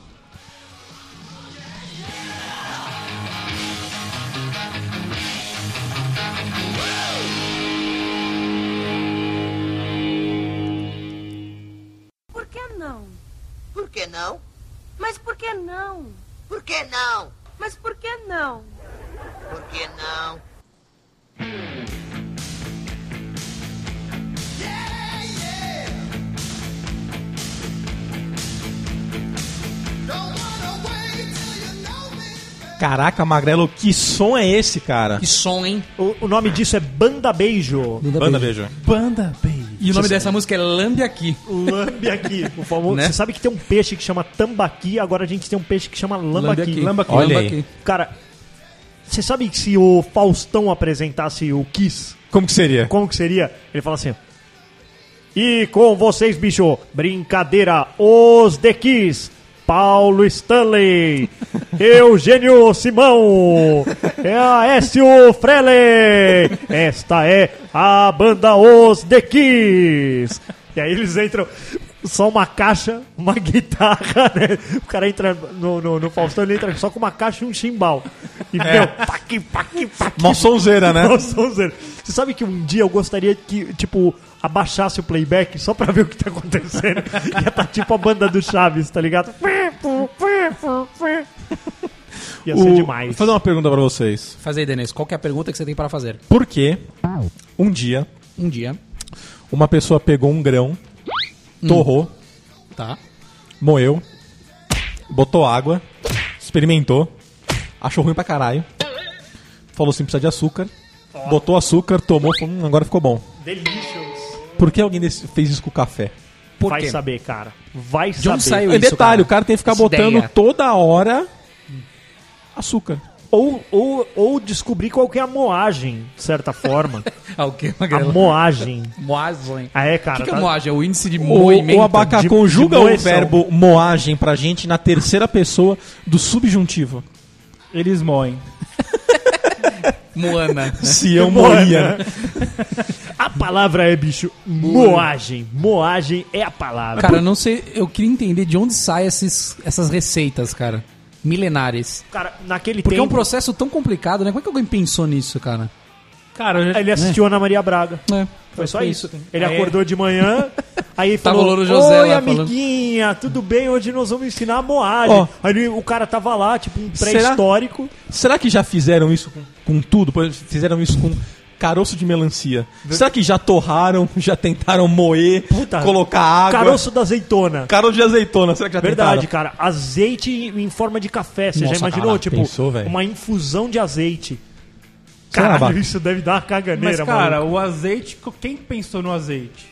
E: Por que não?
F: Por que não?
E: Mas por que não?
F: Por que não?
E: Mas por que não?
F: Por que não?
A: Caraca, Magrelo, que som é esse, cara?
C: Que som, hein?
B: O, o nome disso é Banda Beijo.
A: Banda beijo.
D: Banda Baby.
C: E o nome dessa música é Lambe Aqui.
B: Lambe aqui. O famoso,
C: Né?
B: Você sabe que tem um peixe que chama tambaqui, agora a gente tem um peixe que chama lambaqui.
C: Lambaqui.
A: Olha
C: Lambaqui.
A: aí.
B: Cara, você sabe que se o Faustão apresentasse o Kiss,
A: Como que seria?
B: como que seria? Ele fala assim. E com vocês, bicho, brincadeira, os The Kiss, Paulo Stanley, Eugênio Simão, é Aécio Frele, esta é a banda Os The Kiss. E aí eles entram, só uma caixa, uma [laughs] guitarra, né? O cara entra no, no, no Faustão, ele entra só com uma caixa e um chimbal. E, meu, paqui, paqui, paqui,
A: Mó sonzeira, né?
B: Não, Sonzeiro. Você sabe que um dia eu gostaria que, tipo, abaixasse o playback só pra ver o que tá [laughs] acontecendo. Ia tá tipo a banda do Chaves, tá ligado? Ia ser
A: O-
B: demais.
A: Vou fazer uma pergunta pra vocês.
C: Faz aí, Denis. Qual que é a pergunta que você tem para fazer?
A: Por que um dia
C: Um dia,
A: uma pessoa pegou um grão, torrou,
C: tá?
A: moeu, botou água, experimentou, achou ruim pra caralho, falou assim: precisa de açúcar, botou açúcar, tomou, falou, hum, agora ficou bom.
B: Delicious.
A: Por que alguém desse- fez isso com o café?
C: Por
B: Vai
C: quê?
B: saber, cara. Vai
C: De onde
B: saber.
C: saiu
A: É
C: isso,
A: detalhe,
C: cara?
A: o cara tem que ficar
C: Essa
A: botando
C: ideia.
A: toda hora açúcar.
B: Ou, ou, ou descobrir qual que é a moagem, de certa
C: [laughs]
B: forma.
C: Ah, o quê,
B: a
C: Magrela?
B: moagem.
C: Moagem.
B: Ah, é,
C: O
B: cara.
C: que, que é
B: tá-
C: moagem? É o índice de
A: O,
C: movimento?
A: o Abacá
B: de-
A: conjuga
B: de
A: o
B: moeção.
A: verbo moagem pra gente na terceira pessoa do subjuntivo.
D: Eles moem.
B: [laughs]
C: Moana. né?
A: Se eu moía.
B: A palavra é, bicho, moagem. Moagem é a palavra.
C: Cara, eu não sei, eu queria entender de onde saem esses- essas receitas, cara. Milenares.
B: Cara, naquele
C: Porque é um
B: tempo,
C: processo tão complicado, né? Como é que alguém pensou nisso, cara?
D: Cara, eu já...
B: ele assistiu Ana Maria Braga.
C: É.
B: Foi só isso. Ele
D: Aí-
B: acordou de manhã, aí
C: Tava o
B: falou,
C: Louro José
B: oi
C: lá
B: amiguinha, tudo bem? Hoje nós vamos ensinar a moagem.
A: Ó.
B: aí ele- o cara tava lá, tipo um
A: Será?
B: pré-histórico.
A: Será que já fizeram isso com, com tudo? Por exemplo, Fizeram isso com caroço de melancia. Será que já torraram, [laughs] já tentaram moer,
B: Puta,
A: colocar água?
B: Caroço da azeitona.
A: Caroço de azeitona, será que já
B: Verdade,
A: tentaram?
B: cara. Azeite em forma de café. Você já
C: Nossa,
B: imaginou?
C: cara,
B: tipo,
A: pensou, velho?
B: uma infusão de azeite.
A: Será,
B: Caralho,
A: Vaca?
B: isso deve dar uma
D: Mas,
B: caganeira,
D: cara,
B: mano.
D: o azeite, co- quem pensou no azeite?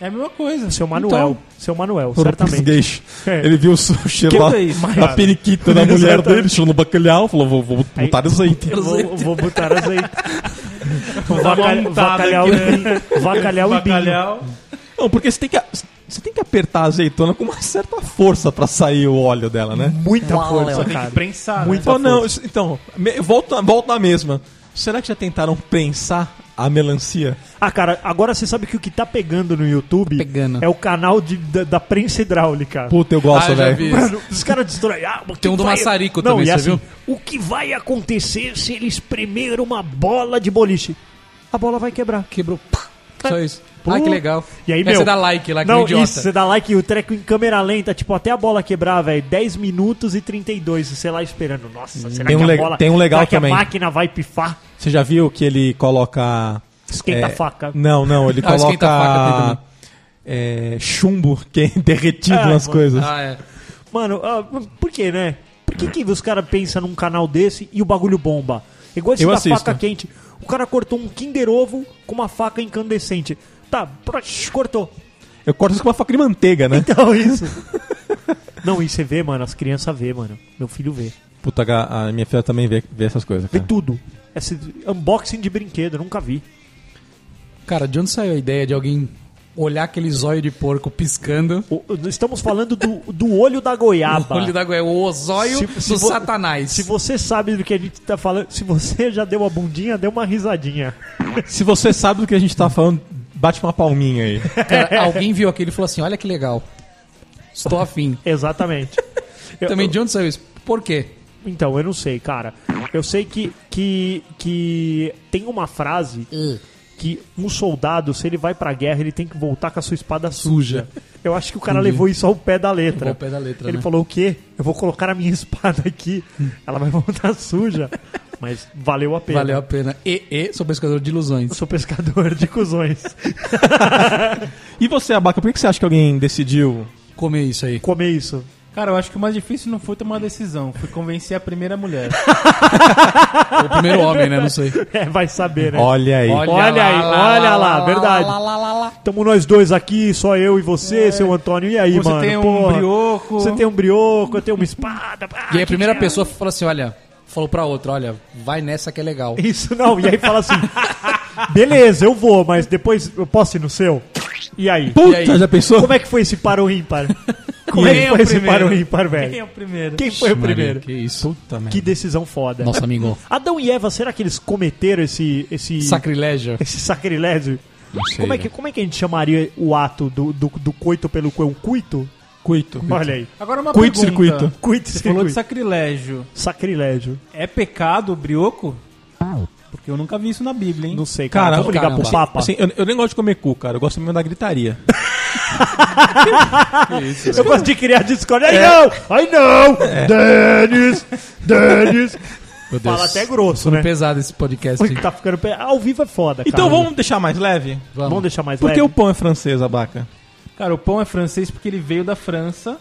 D: É a mesma coisa. Então,
B: Seu Manuel. Seu Manuel,
A: Por um
B: certamente.
A: português.
B: É.
A: Ele viu o su- o cheiro
D: Que
A: lá,
D: é isso,
A: da
D: cara?
A: periquita
B: [laughs]
A: da mulher
B: Exatamente.
A: dele, cheirou no bacalhau, falou, vou, vou
B: Aí-
A: botar azeite.
B: Eu Vou, vou botar azeite.
D: [laughs] dar uma
B: Vaca-
D: untada
B: Vacalhau e
D: aqui, né?
B: vinho. Vacalhau e vinho.
D: Bacalhau.
A: Não, porque você tem que, a- você tem que apertar a azeitona com uma certa força pra sair o óleo dela, né?
B: Muita força,
D: Tem
B: cara.
D: que prensar.
B: Muito-
D: Muito.
A: Então, não, isso- então me, volto, na- volto na mesma. Será que já tentaram prensar a melancia?
B: Ah, cara, agora você sabe que o que tá pegando no YouTube
C: Tá Pegando.
B: é o canal de- da, da prensa hidráulica.
A: Puta, eu
C: Ah,
A: gosto,
C: eu já vi.
A: velho.
B: Mano, os caras destroem. Ah, o que
C: Tem um do
B: vai-
C: maçarico
B: Não,
C: também,
B: e
C: você
B: assim,
C: viu?
B: O que vai acontecer se eles espremer uma bola de boliche? A bola vai quebrar.
C: Quebrou. Pá. Só isso.
B: Pô.
C: Ai, que legal.
B: E aí,
C: Aí
B: meu,
C: você dá like lá, que
B: não,
C: nem idiota.
B: isso, você dá like e o treco em câmera lenta, tipo, até a bola quebrar, velho, 10 minutos e 32, sei lá, esperando. Nossa,
C: Hum.
B: será
A: Tem um
B: que a
A: le-
B: bola...
A: tem um legal
B: será que
A: também.
B: a máquina vai pifar?
A: Você já viu que ele coloca.
B: Esquenta a
A: é,
B: faca.
A: Não, não, ele
C: [laughs] Ah, esquenta a faca tem
A: coloca.
C: também.
A: é, chumbo que é derretido
B: Ah,
A: nas
B: mano.
A: coisas.
C: Ah, é.
B: Mano, ah, por que, né? Por que, que os caras pensam num canal desse e o bagulho bomba? É Igual esse
A: Eu
B: da
A: assisto.
B: faca quente. O cara cortou um Kinder Ovo com uma faca incandescente. Tá, prosh, cortou. [laughs]
A: Eu corto isso com uma faca de manteiga, né?
B: Então,
A: [laughs]
B: isso. Não, e você vê, mano, as crianças vê, mano. Meu filho vê.
A: Puta, a, a minha filha também vê, vê essas coisas.
B: Vê
A: Cara.
B: tudo. Esse unboxing de brinquedo, eu nunca vi.
C: Cara, de onde saiu a ideia de alguém olhar aquele zóio de porco piscando?
B: O- Estamos falando do, do olho da goiaba.
C: O [laughs] olho da goiaba, o zóio
B: Se-
C: do
B: se vo-
C: satanás.
B: Se você sabe do que a gente tá falando, se você já deu a bundinha, deu uma risadinha.
A: Se você sabe do que a gente tá falando, bate uma palminha aí.
C: Cara, alguém viu aquilo e falou assim, olha que legal. Estou afim.
B: Exatamente. Eu-
C: [laughs] Também de onde saiu isso? Por quê?
B: Então, eu não sei, cara. Eu sei que, que, que tem uma frase
C: Ah.
B: que um soldado, se ele vai pra guerra, ele tem que voltar com a sua espada suja. Eu acho que o cara levou isso ao pé da letra.
C: Levou ao pé da letra,
B: Ele
C: né?
B: falou o quê? Eu vou colocar a minha [laughs] espada aqui, ela vai voltar suja. Mas valeu a pena.
C: Valeu a pena. E, e sou pescador de ilusões.
B: Eu sou pescador de
C: [laughs]
B: cuzões.
A: E você, Abaca, por que você acha que alguém decidiu?
C: Comer isso aí.
B: Comer isso.
D: Cara, eu acho que o mais difícil não foi tomar decisão. Foi convencer a primeira mulher.
C: O primeiro homem, né? Não sei.
B: É, vai saber, né?
A: Olha aí.
B: Olha aí, olha lá, verdade. Tamo nós dois aqui, só eu e você,
C: É.
B: seu Antônio. E aí,
D: Você
B: mano?
D: tem um
B: Porra,
D: brioco.
B: Você tem um brioco, eu tenho uma espada. Ah,
C: E aí a primeira
B: que que é?
C: pessoa falou assim, olha, falou pra outra, olha, vai nessa que é legal.
B: Isso não, e aí fala assim: beleza, eu vou, mas depois eu posso ir no seu? E aí?
C: E
A: Puta,
C: aí?
A: já pensou?
B: Como é que foi esse par ou ímpar? Como é que foi esse par ou ímpar,
D: Quem [laughs] é
B: velho?
D: o primeiro?
B: Quem foi o
C: Maria,
B: primeiro?
C: Que isso.
B: Que decisão foda.
C: Nossa, amigo.
B: Adão e Eva, será que eles cometeram esse, esse,
C: Sacrilégio.
B: esse sacrilégio? como, é
C: né?
B: que, como é que a gente chamaria o ato do, do, do coito pelo cu? É um cuito?
A: Coito.
B: Olha aí.
D: Agora uma
A: Cuito,
D: pergunta.
A: circuito.
B: Cuito
D: Você falou de
B: circuito.
D: sacrilégio.
B: Sacrilégio.
D: É pecado o brioco? Porque eu nunca vi isso na Bíblia, hein?
B: Não sei, cara.
A: Cara,
B: Vamos ligar
C: caramba.
B: pro Papa.
A: Assim, eu, eu nem gosto de comer cu, cara. Eu gosto mesmo da gritaria.
B: Eu gosto de criar Discord. Ai não! Ai não! Denis! Denis!
C: Meu Deus.
B: Fala até grosso, né?
C: pesado esse podcast.
B: Ui, Tá ficando pe- Ao vivo é foda, cara.
A: Então vamos deixar mais leve?
C: Vamos.
B: Vamos deixar mais
A: Porque
B: leve.
A: o pão é francês, abaca.
D: Cara, o pão é francês porque ele veio da França.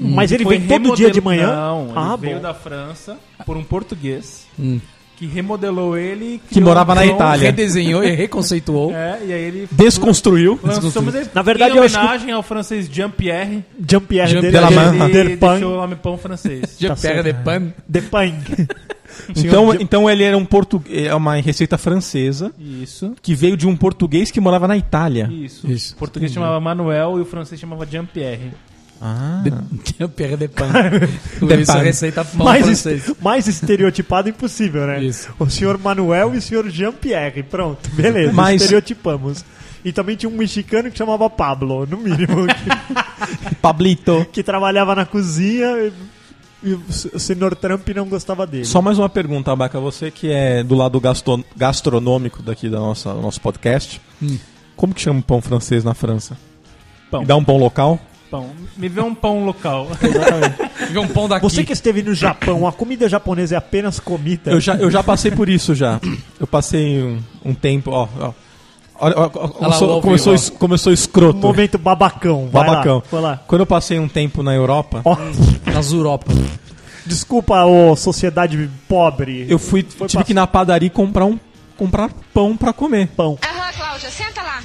B: Mas ele
D: Foi
B: vem todo dia de
D: remodel-
B: manhã?
D: Não, ele
B: ah,
D: veio
B: bom.
D: da França por um português
C: Hum.
D: que remodelou ele.
A: Que morava na
D: criou um pão,
A: Itália.
C: Redesenhou e reconceitou.
D: É, e aí ele
A: Desconstruiu.
D: lançou, mas ele,
B: Na verdade,
D: em
B: eu acho
D: homenagem ao francês Jean-Pierre,
B: Jean-Pierre
C: Jean-
B: Jean
A: Delaman.
B: Delaman.
D: ele deixou o
B: Derpang.
D: nome pão francês.
C: Já
B: Tá
C: pega
B: certo.
C: de pan.
B: Depang.
A: Então, então ele era um português, é uma receita francesa
D: Isso,
A: que veio de um português que morava na Itália.
D: isso.
C: Isso.
D: O português chamava Manuel e o francês chamava Jean-Pierre.
C: [laughs] Já pega de pan. Por Isso a receita pão
B: mais, est-
C: francês.
B: mais estereotipado impossível, né?
C: Isso.
B: O senhor Manuel e o senhor Jean-Pierre. Pronto, beleza.
A: Mas-
B: Estereotipamos. E também tinha um mexicano que chamava Pablo, no mínimo, que,
A: Pablito.
B: que trabalhava na cozinha e, e o s- o senhor Trump não gostava dele.
A: Só mais uma pergunta, Abaca. Você que é do lado gasto- gastronômico daqui da nossa, do nosso podcast, como que chama o pão francês na França?
D: Pão.
A: E dá um pão local?
D: Pão. Me vê um pão local.
C: Pegar um pão daqui.
B: Você que esteve no Japão, a comida japonesa é apenas comida.
A: Eu já, eu já passei por isso já. Eu passei um, um tempo, ó. ó. Olha, ó, ó, começou,
C: o Alvin,
A: começou,
C: ó.
A: es- começou escroto.
B: Um momento babacão. Vai
A: babacão.
B: Lá, foi lá.
A: Quando eu passei um tempo na Europa,
B: Ó,
C: Nas Europa.
B: desculpa, ô sociedade pobre.
A: eu fui,
B: Foi
A: tive
B: pass-
A: que ir na padaria e comprar um comprar pão pra comer.
B: Pão.
E: Aham, Cláudia, senta lá.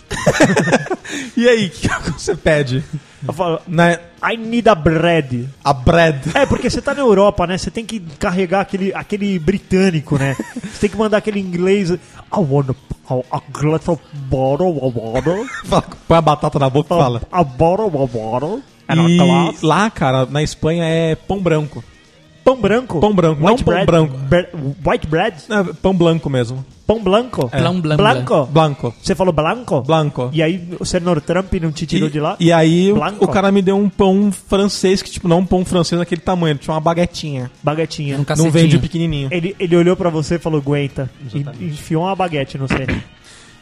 A: E aí, [laughs] o que você pede?
B: Eu falo,
A: Na,
B: I need a bread.
A: a bread. [laughs]
B: É, porque você tá na Europa, né? Você tem que carregar aquele, aquele britânico, né? Você tem que mandar aquele inglês. I want a, a glass of bottle, a bottle,
A: Fala, Põe a batata na boca e fala.
B: a, a bottle, a bottle, and a
A: E
B: glass.
A: lá, cara, na Espanha é pão branco.
B: Pão branco?
A: Pão branco, não
B: white
A: pão
B: bread,
A: branco.
B: bre- white bread?
A: É, pão branco mesmo.
B: Pão branco?
C: Blan, blan,
B: Blanco?
A: É. Blanco.
B: Você falou branco?
A: Blanco.
B: E aí o senhor Trump não te tirou
A: E-
B: de lá?
A: E aí o-
B: Blanco.
A: o cara me deu um pão francês, que tipo, não um pão francês daquele tamanho, tinha uma baguetinha.
B: Baguetinha.
C: Um
A: Não
C: cacetinho.
A: vende o pequenininho.
B: Ele, ele olhou pra você e falou, aguenta. E enfiou uma baguete
A: [laughs]
B: no você.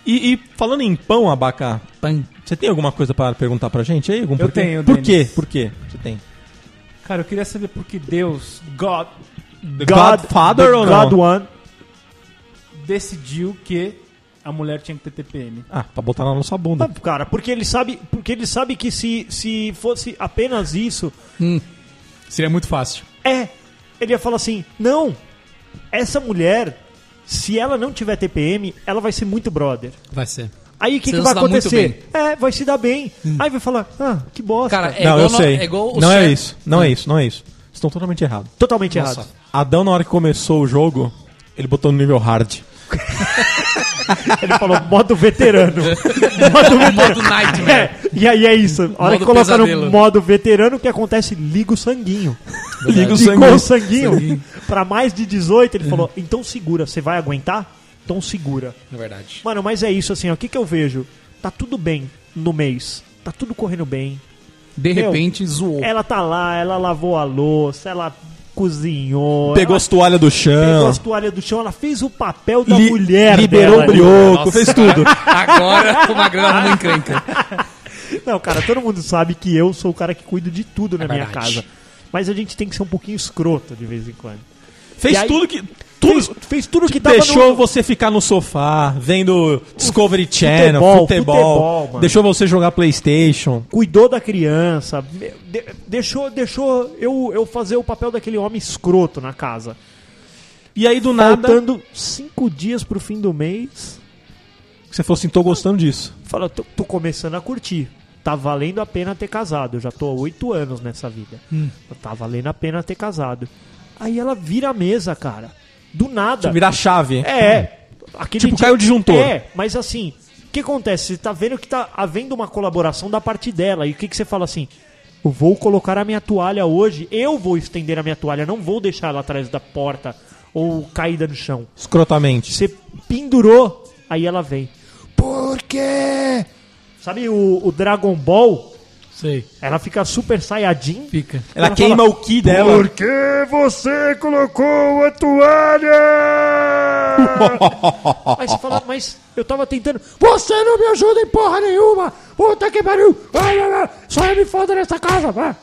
A: E, e falando em pão, Abacá,
C: Pan.
A: você tem alguma coisa pra perguntar pra gente aí? Algum
D: Eu
A: porquê?
D: tenho,
A: Por quê?
D: Denis.
A: Por quê? Você tem.
D: [laughs] Cara, eu queria saber por que Deus, God,
A: Godfather
B: the
A: ou
B: God
A: não?
B: One.
D: decidiu que a mulher tinha que ter TPM.
A: Ah, pra botar na nossa
B: Não,
C: Tá
A: bunda.
B: cara, porque ele sabe, porque ele sabe que se, se fosse apenas isso,
C: Seria muito fácil.
B: é, ele ia falar assim: "Não, essa mulher, se ela não tiver TPM, ela vai ser muito brother".
C: Vai ser.
B: Aí o que, que
C: Você não
B: vai
C: se dá muito Hum.
B: acontecer? É, vai se dar bem. Aí vai falar: "Ah, que bosta".
C: Cara, é
A: não,
C: igual
A: eu
C: no-
A: sei.
C: é igual o
A: não é
C: chefe-
A: isso. Não é isso, não é isso. Vocês Estão totalmente errados.
B: Totalmente
C: Nossa.
B: errado.
A: Adão, na hora que começou o jogo, ele botou no nível hard.
B: Ele falou: "Modo
C: [laughs]
B: veterano". modo
C: O
B: veterano.
C: modo nightmare.
B: É, e aí é isso. A hora
C: Modo
B: que colocaram
C: pesadelo.
B: no modo veterano, o que acontece? Liga o sanguinho.
A: Liga o
B: Ligou
A: sangue.
B: o sanguinho. Pra mais de 18,
C: Hum.
B: ele falou: então segura, você vai aguentar? Então segura.
C: Na verdade.
B: Mano, mas é isso assim, ó, o que, que eu vejo? Tá tudo bem no mês. Tá tudo correndo bem.
C: De
B: Meu,
C: repente,
B: [laughs]
C: zoou.
B: Ela tá lá, ela lavou a louça, ela cozinhou.
A: Pegou
B: ela
A: as toalhas do
B: pegou
A: chão.
B: as toalhas do chão, ela fez o papel da
A: Ah. li-
B: mulher.
A: liberou
B: dela,
A: o brioco,
C: Nossa,
A: fez
C: [laughs]
A: tudo.
C: Agora, com uma grana não encrenca.
B: Não, cara, todo mundo sabe que eu sou o cara que cuido de tudo
A: É
B: na minha
C: verdade.
B: casa. Mas a gente tem que ser um pouquinho escroto de vez em quando. E
A: Fez
B: aí-
A: tudo que. Tudo,
B: fez, fez tudo que tava
A: deixou
B: no...
A: você ficar no sofá, vendo Discovery Channel, futebol.
B: futebol, mano.
A: deixou você jogar Playstation.
B: cuidou da criança, me- de- deixou, deixou eu, eu fazer o papel daquele homem escroto na casa.
A: E aí do nada.
B: Faltando cinco dias pro fim do mês,
A: Você falou assim, tô gostando disso.
B: fala, tô, tô começando a curtir. Tá valendo a pena ter casado. Eu já tô há oito anos nessa vida.
A: Hum.
B: Tá valendo a pena ter casado. Aí ela vira a mesa, cara. Do nada.
A: Virar chave.
B: É. Aquele
A: Tipo,
B: dia-
A: caiu o disjuntor.
B: É, mas assim, o que acontece? Você tá vendo que tá havendo uma colaboração da parte dela. E o que, que você fala assim? Eu vou colocar a minha toalha hoje, eu vou estender a minha toalha, não vou deixar ela atrás da porta ou caída no chão.
A: Escrotamente.
B: Você pendurou, aí ela vem. Por quê? Sabe o, o Dragon Ball?
C: Sei.
B: Ela fica super saiyajin.
C: Fica.
A: Ela,
B: Ela
A: queima
B: fala,
A: o ki dela.
B: que você colocou a toalha? Mas você fala, mas eu tava tentando. Você não me ajuda em porra nenhuma!
G: Puta que pariu! Ah, ah, ah, Só eu me foda nessa casa! Ah.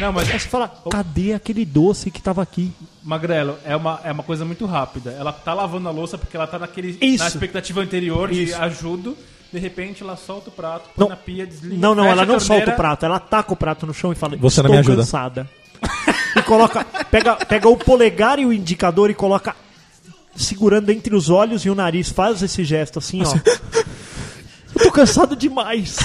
D: Não, mas
B: Aí você fala, cadê aquele doce que tava aqui?
D: Magrelo, é uma, é uma coisa muito rápida. Ela tá lavando a louça porque ela tá naquele,
B: Isso.
D: na expectativa anterior de
B: Isso.
D: ajudo. De repente ela solta o prato, põe
B: Não.
D: na pia, desliga.
B: Não, não,
D: fecha
B: ela
D: a
B: não solta o
D: torneira.
B: prato, ela taca o prato no chão e fala,
A: Você não
B: estou
A: me ajuda."
B: cansada. e coloca, pega, pega o polegar e o indicador e coloca segurando entre os olhos e o nariz, faz esse gesto assim, ó. Eu tô cansado demais.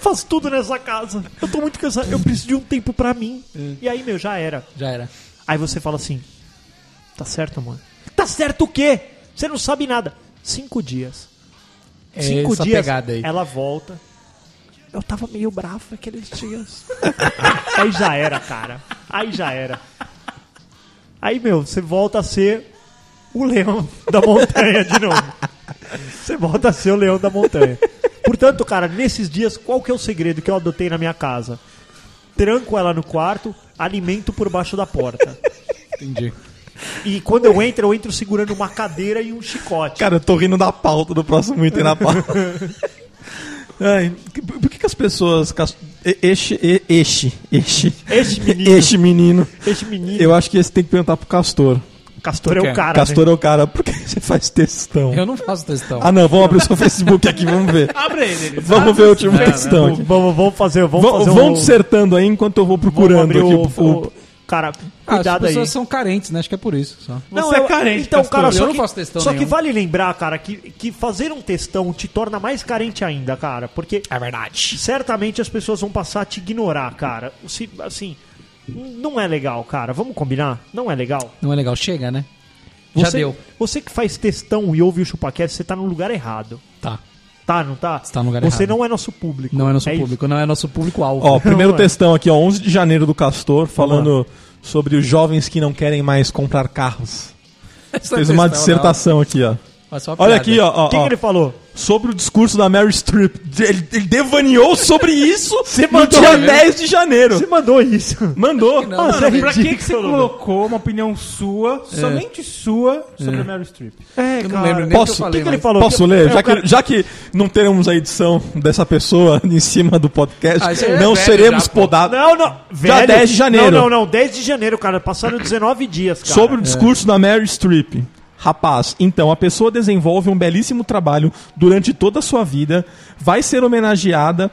B: Faz tudo nessa casa. Eu tô muito cansado. Eu preciso de um tempo pra mim.
D: É.
B: E aí, meu, já era.
C: Já era.
B: Aí você fala assim: Tá certo, mano. Tá certo o quê? Você não sabe nada. Cinco dias.
C: É
B: Cinco
C: essa
B: dias.
C: pegada aí.
B: Ela volta. Eu tava meio bravo aqueles dias. [laughs] aí já era, cara. Aí já era. Aí, meu, você volta a ser o leão da montanha de novo. Você volta a ser o leão da montanha. Portanto, cara, nesses dias, qual que é o segredo que eu adotei na minha casa? Tranco ela no quarto, alimento por baixo da porta.
C: Entendi.
B: E quando eu entro, eu entro segurando uma cadeira e um chicote.
A: Cara, eu tô rindo da pauta do próximo item na pauta. [laughs] Ai, que- por que, que as pessoas. cas- e- Este. e- Este. Este.
B: Este menino, este,
A: Este menino.
B: menino,
A: Eu acho que esse tem que perguntar pro Castor.
B: Castor é o
C: Quem?
B: cara.
A: Castor é o cara, por que você faz textão?
C: Eu não faço textão.
A: Ah, não, vamos abrir o
B: [laughs]
A: seu Facebook aqui, vamos ver.
B: Ah,
D: Abre aí, Denis.
A: Vamos ver o último textão
B: né?
A: aqui.
B: Vamos, vamos fazer, vamos
A: Vão,
B: fazer
A: vão
B: um-
A: dissertando aí enquanto eu vou
B: vamos
A: procurando
B: abrir
A: aqui.
B: o,
A: o- o-
B: o- Cara,
C: Ah,
B: cuidado aí.
C: as pessoas são carentes, né? Acho que é por isso. Só.
B: Não,
D: Você é
B: eu-
D: carente,
B: Então, cara,
C: Castor. Eu
B: só,
C: não
B: que,
C: faço textão
B: só que
C: nenhum.
B: vale lembrar, cara, que, que fazer um textão te torna mais carente ainda, cara. Porque
C: É verdade.
B: certamente as pessoas vão passar a te ignorar, cara. Se- assim, não é legal, cara. Vamos combinar? Não é legal.
C: Não é legal. Chega, né? Já
B: Você-
C: deu.
B: Você que faz textão e ouve o ChupaCast, você tá no lugar errado.
C: Tá.
B: Tá, não tá?
C: Você tá no lugar
B: Você
C: errado.
B: não é nosso público.
C: Não é nosso
B: isso?
C: público. Não é nosso público-alvo.
A: Ó, primeiro
B: Não, é.
A: textão aqui, ó, 11 de janeiro do Castor, falando sobre os jovens que não querem mais comprar carros.
C: [laughs]
B: é
C: Essa
A: Fez uma
C: textão, não.
A: dissertação aqui, ó.
C: É só uma
A: Olha
C: piada.
A: aqui, ó, ó,
B: O que,
A: ó,
B: que ele falou?
A: sobre o discurso da Mary Streep. Ele, ele devaneou sobre isso no
B: mandou,
A: dia
B: né?
A: 10 de janeiro.
B: Você mandou isso.
A: Mandou.
C: Não,
B: Ah,
C: não,
B: você é
C: não.
D: Pra que, que [laughs] você
B: Ridículo,
D: colocou uma opinião sua, somente sua, sobre a Meryl Streep?
B: É,
C: Eu não lembro nem o que
A: Posso-
C: eu
B: O que,
C: falei.
B: que ele
C: mas-
B: falou?
A: Posso ler?
B: É,
A: Já
B: o cara-
A: que, já que não teremos a edição dessa pessoa [laughs] em cima do podcast,
C: Ah, isso aí é
A: não
C: velho
A: seremos
C: já, pô.
A: podados.
B: Não, não.
A: Já 10 de janeiro.
B: Não, não, não. 10 de janeiro, cara. Passaram 19 dias, cara. É.
A: Sobre o discurso da Mary Streep. Rapaz, então a pessoa desenvolve um belíssimo trabalho durante toda a sua vida, vai ser homenageada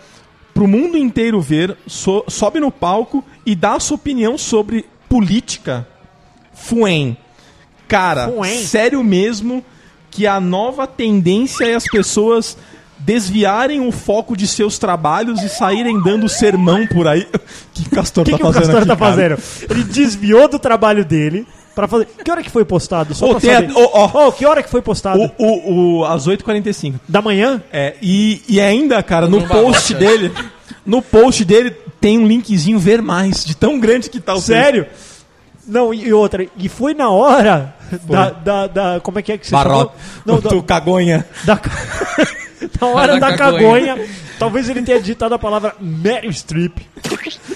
A: pro mundo inteiro ver, so- sobe no palco e dá a sua opinião sobre política. Fuem. Cara,
B: Fuem.
A: sério mesmo que a nova tendência é as pessoas desviarem o foco de seus trabalhos e saírem dando sermão por aí. [laughs] Que Castor
B: o que,
A: tá
B: que o
A: fazendo
B: Castor
A: aqui,
B: tá
A: cara?
B: fazendo? Ele desviou do trabalho dele pra fazer. Que hora que foi postado? Só
A: Ô,
B: pra
A: tem a-
B: saber.
A: ô, ó.
B: Ô, que hora que foi postado?
A: O, o, o, às 8h45.
B: Da manhã?
A: É, e, e ainda, cara, no
C: Não
A: post
C: babaca.
A: dele, no post dele tem um linkzinho ver mais, de tão grande que tá o
B: Sério? Não, e e outra. E foi na hora da, da, da- Como é que é que você
A: Barro,
B: Não, da,
A: tu cagonha.
B: da, ca- [laughs] da hora da,
C: Da
B: cagonha.
C: cagonha.
B: Talvez ele tenha digitado a palavra Meryl Streep.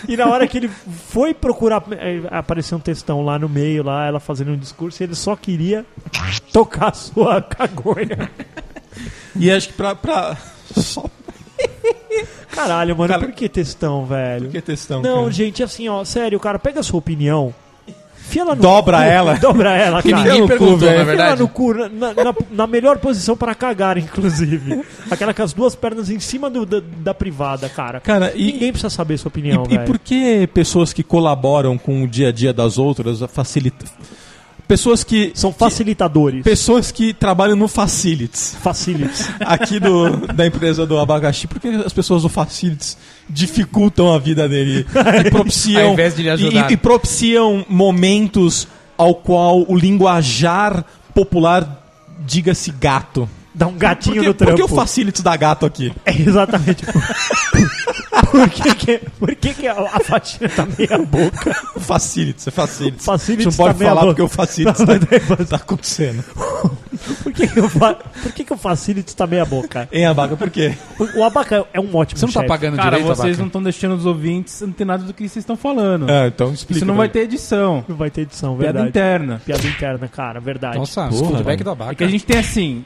B: E na hora que ele foi procurar, eh, apareceu um textão lá no meio, lá ela fazendo um discurso, e ele só queria tocar a sua cagonha.
A: E acho que pra. pra... Só
B: Caralho, mano,
A: Cara-
B: por que é textão, velho?
A: porque textão.
B: Não,
A: cara.
B: gente, assim, ó, sério, cara, pega a sua opinião. Fia ela no
A: Dobra
B: cu,
A: ela.
B: [laughs] Dobra ela,
C: Que
B: cara.
A: Enfia no
C: ninguém
A: cu,
C: perguntou,
A: velho.
B: Enfia
C: na
B: ela
C: é verdade.
B: É, no cu, na, na- na melhor posição para cagar, inclusive. Aquela com as duas pernas em cima do- da, da privada, cara.
A: Cara, e-
B: Ninguém precisa saber sua
A: E,
B: opinião,
A: e
B: velho.
A: por que pessoas que colaboram com o dia a dia das outras facilitam. Pessoas que.
B: São
A: que-
B: facilitadores.
A: Pessoas que trabalham no Facilities.
B: Facilites.
A: aqui do, da empresa do abacaxi, porque as pessoas do Facilities dificultam a vida dele e propiciam,
C: [laughs] Ao invés de lhe ajudar.
A: e, e propiciam momentos ao qual o linguajar popular diga-se gato.
B: Dá um
A: Por
B: gatinho
A: que,
B: no
A: por
B: trampo.
A: que o Facilities dá gato aqui?
B: É exatamente. por que, que, por que, que a, a faxina tá meia boca?
A: O Facilities, é Facilities.
B: Facilities
A: Você não pode
B: tá meia
A: falar
B: boca.
A: porque o Facilities
B: Não,
A: tá,
B: não tem-
A: tá acontecendo.
B: Por que, que, o fa- por que, que o facilite tá meia boca?
A: Hein, abaca, por quê?
B: O, o abaca é um ótimo
C: Você não tá
B: chefe.
C: pagando
D: Cara,
C: direito,
D: vocês não
C: abaca?
D: estão deixando os ouvintes antenados do que vocês estão
B: É,
D: falando.
A: Ah, então explica.
D: Isso não vai ter edição.
B: Não vai ter edição,
D: Piada
B: verdade.
D: interna.
B: Piada interna, cara, verdade.
C: Nossa, o feedback do
D: É que a
C: abaca.
D: gente tem assim.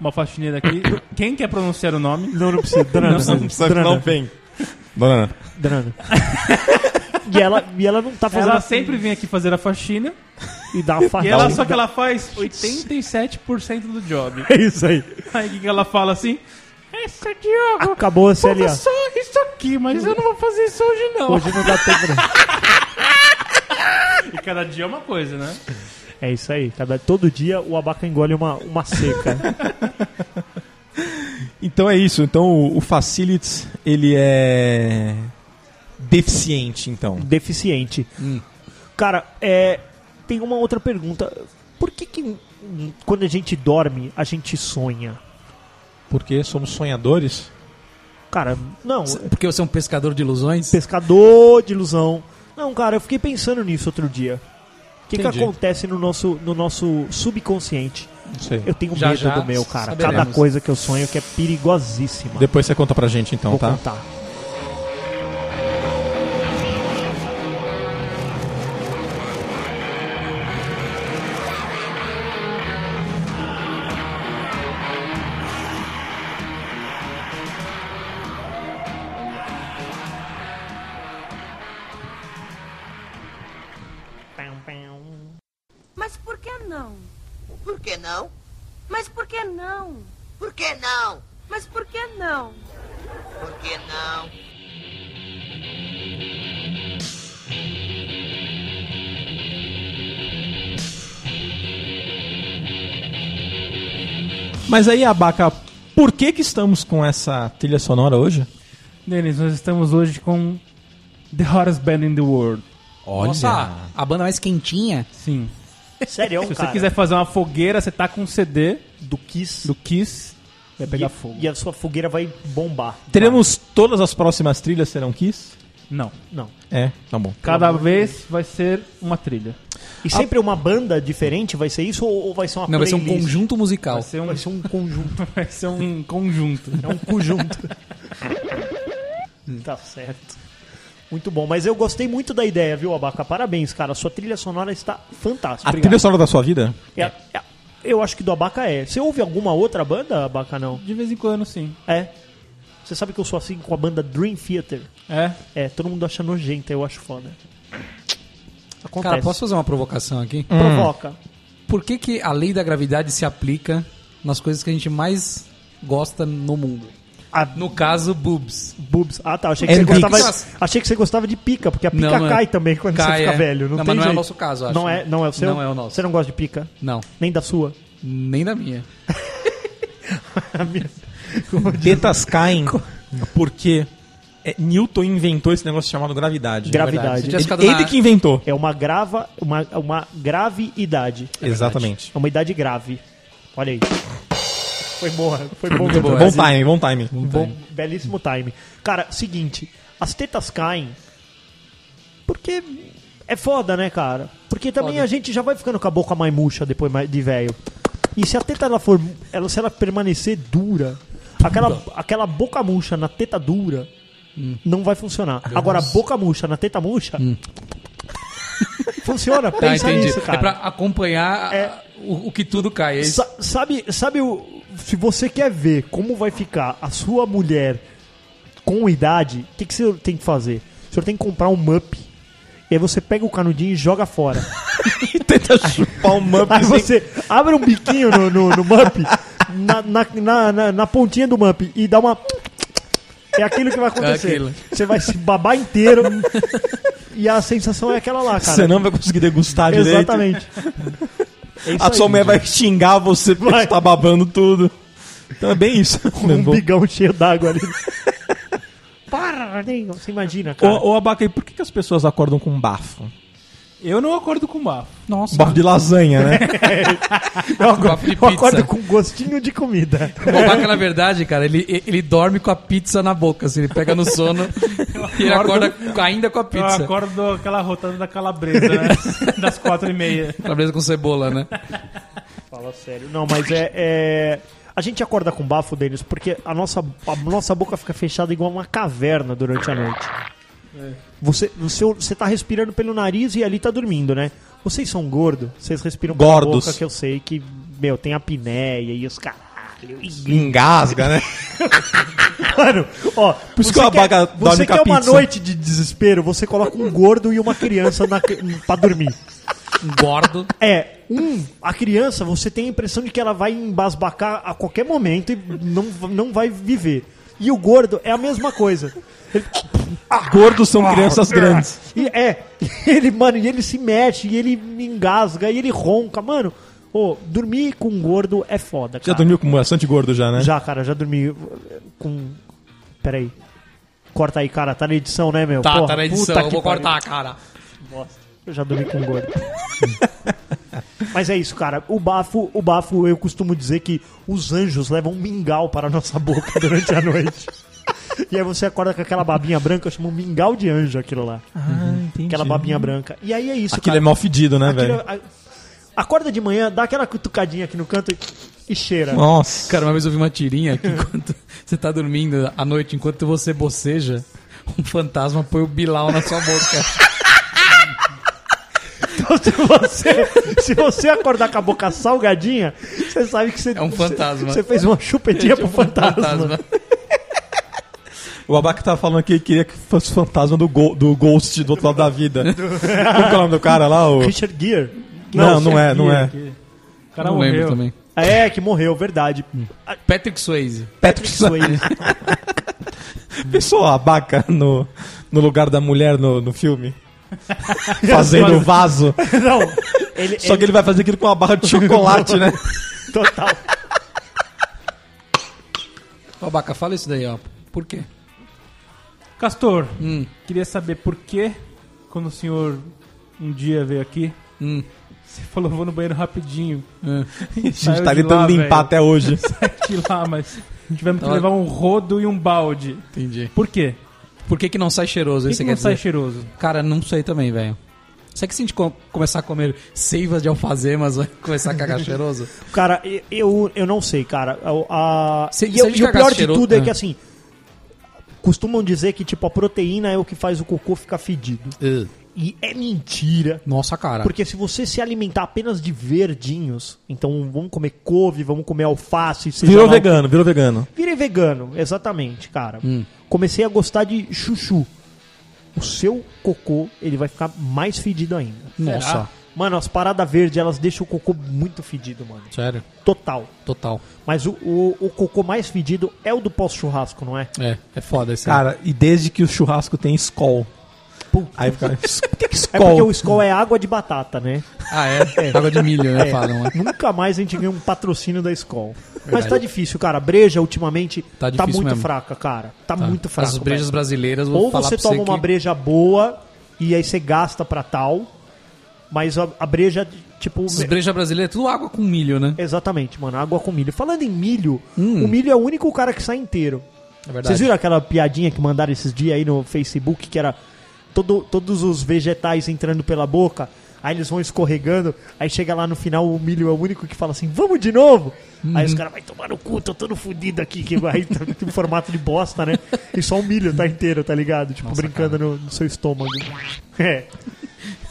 D: uma faxineira aqui. Quem quer pronunciar o nome?
B: Não, não precisa. Drana.
D: Não, não
H: Precisa
B: Drana.
H: não
A: um
H: vem. Dona Ana.
B: Drana. [laughs] e, ela, e ela não tá fazendo.
D: Ela sempre vem aqui fazer a faxina.
B: E dá uma
D: E
B: facada.
D: ela, só que ela faz 87%
B: [laughs]
D: do job.
B: É isso aí.
D: Aí o que, que ela fala assim? Essa Diogo,
B: Acabou a
D: falta
B: CLA.
D: só isso aqui, mas eu não vou fazer isso hoje não.
B: Hoje não dá tempo. né? não.
D: E cada dia é uma coisa, né?
B: É isso aí. Cada, todo dia o abaca engole uma, uma [laughs] seca.
A: Então é isso. Então o, o Facilities, ele é deficiente, então.
B: Deficiente. Cara, é, tem uma outra pergunta. Por que, que hum, quando a gente dorme, a gente sonha?
A: Porque somos sonhadores.
B: Cara, não.
C: Porque você é um pescador de ilusões?
B: Pescador de ilusão. Não, cara, eu fiquei pensando nisso outro dia. O que, que
C: Entendi.
B: acontece no nosso, no nosso subconsciente?
A: Não sei.
B: Eu tenho
C: Já,
B: medo
C: já
B: do meu, cara.
C: saberemos.
B: Cada coisa que eu sonho que é perigosíssima.
A: Depois você conta pra gente, então,
B: Vou
A: tá?
B: contar.
E: Mas por que não?
F: Por que não?
E: Mas por que não?
F: Por que não?
E: Mas por que não?
F: Por que não?
A: Mas aí, Abaca, por que que estamos com essa trilha sonora hoje?
D: Denis, nós estamos hoje com The Hottest Band in the World.
C: Nossa, a banda mais quentinha.
D: Sim.
B: [laughs] Sério,
D: Se você
B: cara.
D: quiser fazer uma fogueira, você tá com um CD
B: do Kiss,
D: do Kiss, vai pegar
B: e,
D: fogo.
B: e a sua fogueira vai bombar.
A: Teremos Ah. todas as próximas trilhas serão Kiss?
D: Não.
B: Não.
A: É, tá bom.
D: Cada vez vai ser uma trilha.
B: E sempre uma banda diferente vai ser isso ou ou vai ser uma
C: Não, vai ser um
B: playlist?
C: conjunto musical.
D: Vai ser um,
B: Vai ser um conjunto.
D: vai ser um conjunto.
B: É um
C: [laughs]
B: conjunto. [laughs] tá certo. Muito bom, mas eu gostei muito da ideia, viu, Abaca? Parabéns, cara. Sua trilha sonora está fantástica.
A: A trilha sonora da sua vida?
B: É, é, eu acho que do Abaca é. Você ouve alguma outra banda, Abaca, não?
D: De vez em quando, sim.
B: É. Você sabe que eu sou assim com a banda Dream Theater?
D: É.
B: É, todo mundo acha nojenta, eu acho foda. Acontece.
C: Cara, posso fazer uma provocação aqui?
B: Provoca.
C: Por que, que a lei da gravidade se aplica nas coisas que a gente mais gosta no mundo?
B: A
C: No caso, boobs.
B: boobs. Ah, tá. Achei que,
C: É
B: você
C: pica.
B: gostava, achei que você gostava de pica, porque a pica
C: Não, não é.
B: cai também quando você
C: Cai,
B: fica
C: é.
B: velho. Não,
C: Não,
B: tem
C: mas não é
B: jeito.
C: o nosso caso, acho.
B: Não é, não é o seu?
C: Não é o nosso. é
B: Você não gosta de pica?
C: Não,
B: Nem da sua?
C: nem da minha.
B: A minha-
A: [laughs] Tetas caem porque é, Newton inventou esse negócio chamado gravidade.
C: Se
B: Gravidade.
C: tivesse
A: Ele,
C: ficado
A: ele
C: na-
A: que inventou.
B: É uma grava, uma, uma grave idade.
A: Exatamente.
B: É uma idade grave. Olha aí. Foi boa, foi
C: [laughs]
B: bom,
C: Muito
B: Dudu.
C: boa.
A: Bom time, bom time.
B: Bom, belíssimo time. Cara, seguinte, as tetas caem porque é foda, né, cara? Porque também
C: Foda.
B: a gente já vai ficando com a boca mais murcha depois mais- de velho. E se a teta ela for, ela se ela permanecer dura, aquela aquela boca murcha na teta dura
C: Hum.
B: não vai funcionar. Agora a boca murcha na teta murcha funciona.
C: Tá,
B: Pensa
C: entendi.
B: nisso, cara.
C: é pra acompanhar
B: É.
C: o, o que tudo cai. É isso.
B: Sa- sabe, sabe o, se você quer ver como vai ficar a sua mulher com idade, o que, que você tem que fazer? O senhor tem que comprar um mup. E aí você pega o canudinho e
A: [laughs]
B: joga fora.
C: [laughs]
A: Tenta chupar o Muppet
B: Aí
A: sem-
B: você abre um biquinho no, no, no mup, na, na, na, na- na pontinha do mup, e dá uma... É aquilo que vai
C: É
B: acontecer.
C: aquilo.
B: você vai se babar inteiro e a sensação é aquela lá, cara.
A: Você não vai conseguir degustar direito.
B: Exatamente. É isso
A: A sua
B: aí,
A: mulher vai xingar você porque
B: Vai.
A: você tá babando tudo. Então é bem isso.
B: um bigão cheio d'água ali. [laughs] Para, Rodrigo. Você imagina, cara.
A: Ô, ô Abaca, e por que, que as pessoas acordam com um bafo?
D: Eu não acordo com o bafo.
C: Nossa,
A: Um Bafo de lasanha, né?
B: eu acordo,
C: bafo de
B: eu acordo
C: pizza.
B: com gostinho de comida.
C: o babaca, na verdade, cara, ele, ele dorme com a pizza na boca. Assim, ele pega no sono e ele acorda ainda com a
D: Eu
C: pizza.
D: acordo aquela rotando da calabresa, né? [laughs] das quatro e meia.
C: Talvez com cebola, né?
B: Fala sério. Não, mas é... é- A gente acorda com bafo, Denis, porque a nossa, a nossa boca fica fechada igual uma caverna durante a noite. É. Você, você, você tá respirando pelo nariz e ali tá dormindo, né? Vocês são gordos, vocês respiram pela
A: Gordos.
B: boca, que eu sei que, meu, tem apneia e os caralho.
H: Engasga, né?
B: Mano, ó,
H: isso
B: você
H: que eu
B: quer,
H: abago a
B: você
H: Dórica
B: quer uma
H: Pizza.
B: noite de desespero, você coloca um gordo e uma criança na, [laughs] pra dormir.
C: Gordo.
B: É, um, a criança, você tem a impressão de que ela vai embasbacar a qualquer momento e não, não vai viver. E o gordo é a mesma coisa. Ele-
A: Gordos são crianças grandes.
B: e é, [laughs] ele, mano, e ele se mexe, e ele engasga, e ele ronca. Mano, ô, dormir com um gordo é foda, cara.
A: Já dormiu com bastante gordo já, né?
B: Já, cara, já dormi com. Peraí. Corta aí, cara. Tá na edição, né, meu?
C: Tá,
B: Porra,
C: tá na edição.
B: puta
C: Eu
B: que
C: vou
B: pariu.
C: cortar, cara.
B: Eu já dormi com gordo. [laughs] Mas é isso, cara. O bafo, o bafo, eu costumo dizer que os anjos levam um mingau para a nossa boca [laughs] durante a noite. E aí você acorda com aquela babinha branca, eu chamo mingau de anjo aquilo lá. Uhum. Aquela babinha branca. E aí é isso,
A: Aquilo é
B: cara.
A: mal fedido, né,
B: Aquilo
A: velho?
B: é- a- Acorda de manhã, dá aquela cutucadinha aqui no canto e, e cheira.
A: Nossa.
C: Cara, uma vez eu vi uma tirinha que enquanto [laughs] você tá dormindo à noite, enquanto você boceja, um fantasma põe o bilau na sua
D: [laughs]
C: boca.
B: Então, se você, se você acordar com a boca salgadinha, você sabe que você.
C: É um fantasma. É tipo um
B: Você, você fez uma
C: [laughs]
B: chupetinha
D: Um
B: pro fantasma.
A: O Abaca tava falando que ele queria que fosse o fantasma do, go- do Ghost do outro lado da vida. Como que é o nome do cara lá? O...
B: Richard Gere.
A: Não, não é, não é.
D: O cara
C: Não
D: morreu.
C: lembro também.
B: Ah, É, que morreu, verdade.
C: Patrick Swayze.
A: Patrick
B: Swayze.
A: Pensou a Abaca no, no lugar da mulher no, no filme? [laughs] Fazendo o vaso.
B: Não, ele,
A: Só que ele vai fazer aquilo com uma barra de chocolate, né?
B: Total.
C: Ô, Abaca, fala isso daí, ó. Por quê?
D: Castor,
C: Hum,
D: queria saber por que, quando o senhor um dia veio aqui,
C: hum.
D: você falou, vou no banheiro rapidinho.
C: hum.
D: A
A: A [laughs] gente tá tentando limpar até hoje.
D: aqui lá, mas tivemos que
C: Não.
D: levar um rodo e um balde.
C: Entendi.
D: Por quê?
C: Por que, que não sai cheiroso?
D: Por
C: aí
D: que,
C: você
D: que
C: quer
D: não sai
C: dizer?
D: cheiroso?
C: Cara, não sei também, velho. Será que se a gente co- começar a comer seivas de alfazemas, vai começar a cagar
B: [laughs]
C: cheiroso?
B: Cara, e- eu, eu não sei, cara. A, a-
C: Se-
B: e
C: se
B: eu-
C: a gente
B: e o
C: cagasse
B: pior de
C: cheiro-
B: tudo é
C: Ah.
B: que assim. Costumam dizer que, tipo, a proteína é o que faz o cocô ficar fedido.
C: Ah.
B: E é mentira.
C: Nossa,
A: Ah.
C: cara.
B: Porque se você se alimentar apenas de verdinhos, então vamos comer couve, vamos comer alface, seja
A: Virou
B: lá o
A: [laughs]
B: que
A: vegano, Hum. virou vegano.
B: Virei vegano, exatamente, cara. Comecei a gostar de chuchu. O seu cocô, ele vai ficar mais fedido ainda.
A: É.
C: Nossa.
B: Mano, as paradas verdes, elas deixam o cocô muito fedido, mano.
C: Sério?
B: Total.
C: Total.
B: Mas o, o, o cocô mais fedido é o do pós-churrasco, não é?
C: É, é foda esse.
A: Tá. Cara, e desde que o churrasco tem Skol. Aí fica. [laughs] Por que que
B: É porque
A: Skol?
B: o Skol é água de batata, né?
C: Ah, é? Água de milho, né? Falam, né?
B: Nunca mais a gente ganha um patrocínio da Skol. Mas tá difícil, cara. A breja, ultimamente, tá,
C: Tá difícil
B: muito
C: mesmo.
B: fraca, cara. Tá,
C: Tá.
B: muito fraca.
C: As
B: velho.
C: brejas brasileiras, vou
B: Ou
C: falar
B: você
C: pra
B: toma uma
C: que-
B: breja boa e aí você gasta pra tal, mas a, a breja, tipo.
C: Essas
B: me-
C: brejas brasileiras é tudo água com milho, né?
B: Exatamente, mano. Água com milho. Falando em milho,
C: Hum.
B: o milho é o único cara que sai inteiro.
C: É verdade.
B: Vocês viram aquela piadinha que mandaram esses dias aí no Facebook que era todo, todos os vegetais entrando pela boca, aí eles vão escorregando, aí chega lá no final o milho é o único que fala assim, vamos de novo! Aí os caras vai tomar no cu, tô todo fudido aqui, que vai [laughs] tá em formato de bosta, né? E só o milho tá inteiro, tá ligado? Tipo, brincando no, no seu estômago. É.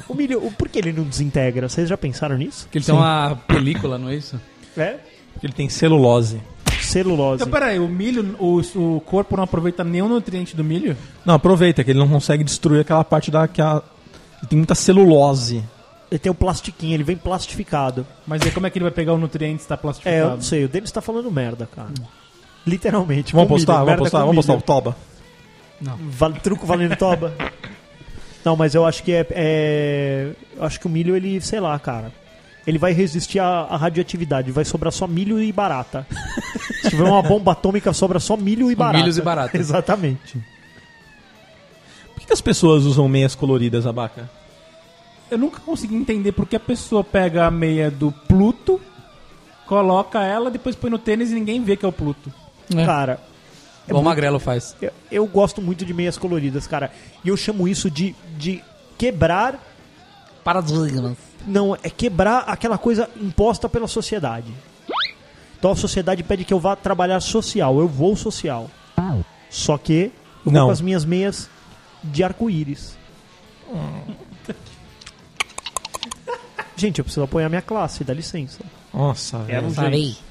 B: O milho, o- por que ele não desintegra? Vocês já pensaram nisso?
C: Porque ele tem uma película, não é isso?
B: É?
A: Ele tem celulose.
B: Celulose.
D: Então, peraí, o milho, o, o corpo não aproveita nenhum nutriente do milho?
A: Não, aproveita que ele não consegue destruir aquela parte da. Que a... ele Tem muita celulose.
B: Ele tem o plastiquinho, ele vem plastificado.
D: Mas aí como é que ele vai pegar o nutriente se tá
B: É, eu
D: plastificado?
B: não sei, o Denis tá falando merda, cara. Literalmente.
A: Vamos
B: com milho,
A: postar, vamos
B: merda
A: postar,
B: com
A: vamos postar o
B: milho.
A: Toba.
B: Vale- truco valendo toba. Não, mas eu acho que é, é- Eu acho que o milho, ele, sei lá, cara. Ele vai resistir à, à radioatividade, vai sobrar só milho e barata. [laughs] Se tiver uma bomba atômica, sobra só milho e barata.
C: milhos e barata.
B: [laughs] Exatamente.
A: Por que, que as pessoas usam meias coloridas, abaca?
D: Eu nunca consegui entender porque a pessoa pega a meia do Pluto, coloca ela, depois põe no tênis e ninguém vê que é o Pluto.
C: É.
B: Cara,
C: Igual o Magrelo faz.
B: Eu, eu gosto muito de meias coloridas, cara. E eu chamo isso de, de quebrar.
C: Paradigmas.
B: Não, é quebrar aquela coisa imposta pela sociedade. Então a sociedade pede que eu vá trabalhar social. Eu vou social. Só que eu
A: Não.
B: vou com as minhas meias de arco-íris. Gente, eu preciso apoiar minha classe, dá licença.
A: Nossa,
B: Era um
A: É, velho.
B: jeito.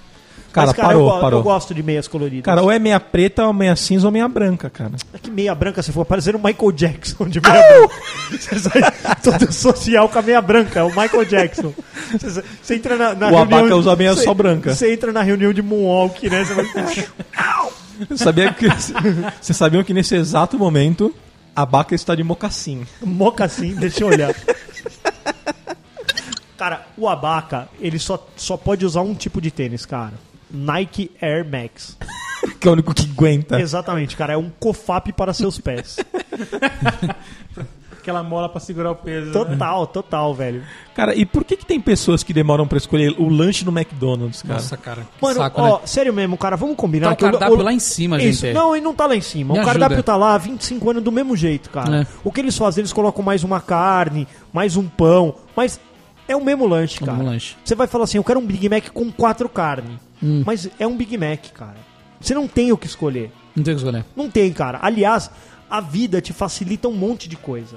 A: Cara,
B: Mas, cara,
A: parou,
B: eu, go-
A: parou.
B: eu gosto de meias coloridas.
A: Cara, ou é meia preta, ou meia cinza, ou meia branca, cara.
B: É que meia branca você for parecendo o Michael Jackson de meia branca. Você sai todo social com a meia branca, é o Michael Jackson. Você, sai- você entra na, na
A: O Abaca usa meia
B: você-
A: só branca.
B: Você entra na reunião de Moonwalk, né? Você vai.
A: Sabia que, [laughs] vocês sabiam que nesse exato momento, a Baca está de mocassim.
B: Moca assim, deixa eu olhar. Cara, o Abaca, ele só, só pode usar um tipo de tênis, cara. Nike Air Max.
A: Que é o único que aguenta.
B: Exatamente, cara. É um cofap para seus pés.
D: Aquela mola pra segurar o peso. né?
B: Total, total, velho.
A: Cara, e por que, que tem pessoas que demoram pra escolher o lanche no McDonald's, cara?
C: Nossa, cara. que
B: Mano,
C: saco,
B: ó,
C: né?
B: sério mesmo, cara, vamos combinar.
C: Tá o
B: que eu-
C: cardápio
B: eu-
C: lá em cima,
B: Isso,
C: gente. é.
B: Não, e não tá lá em cima.
C: Me
B: o
C: ajuda.
B: cardápio tá lá há 25 anos do mesmo jeito, cara.
C: É.
B: O que eles fazem? Eles colocam mais uma carne, mais um pão, mas é o mesmo lanche,
C: É o
B: cara.
C: mesmo lanche.
B: Você vai falar assim, eu quero um Big Mac com quatro carnes.
C: Hum.
B: Mas é um Big Mac, cara. Você não tem o que escolher.
C: Não tem o que escolher.
B: Não tem, cara. Aliás, a vida te facilita um monte de coisa.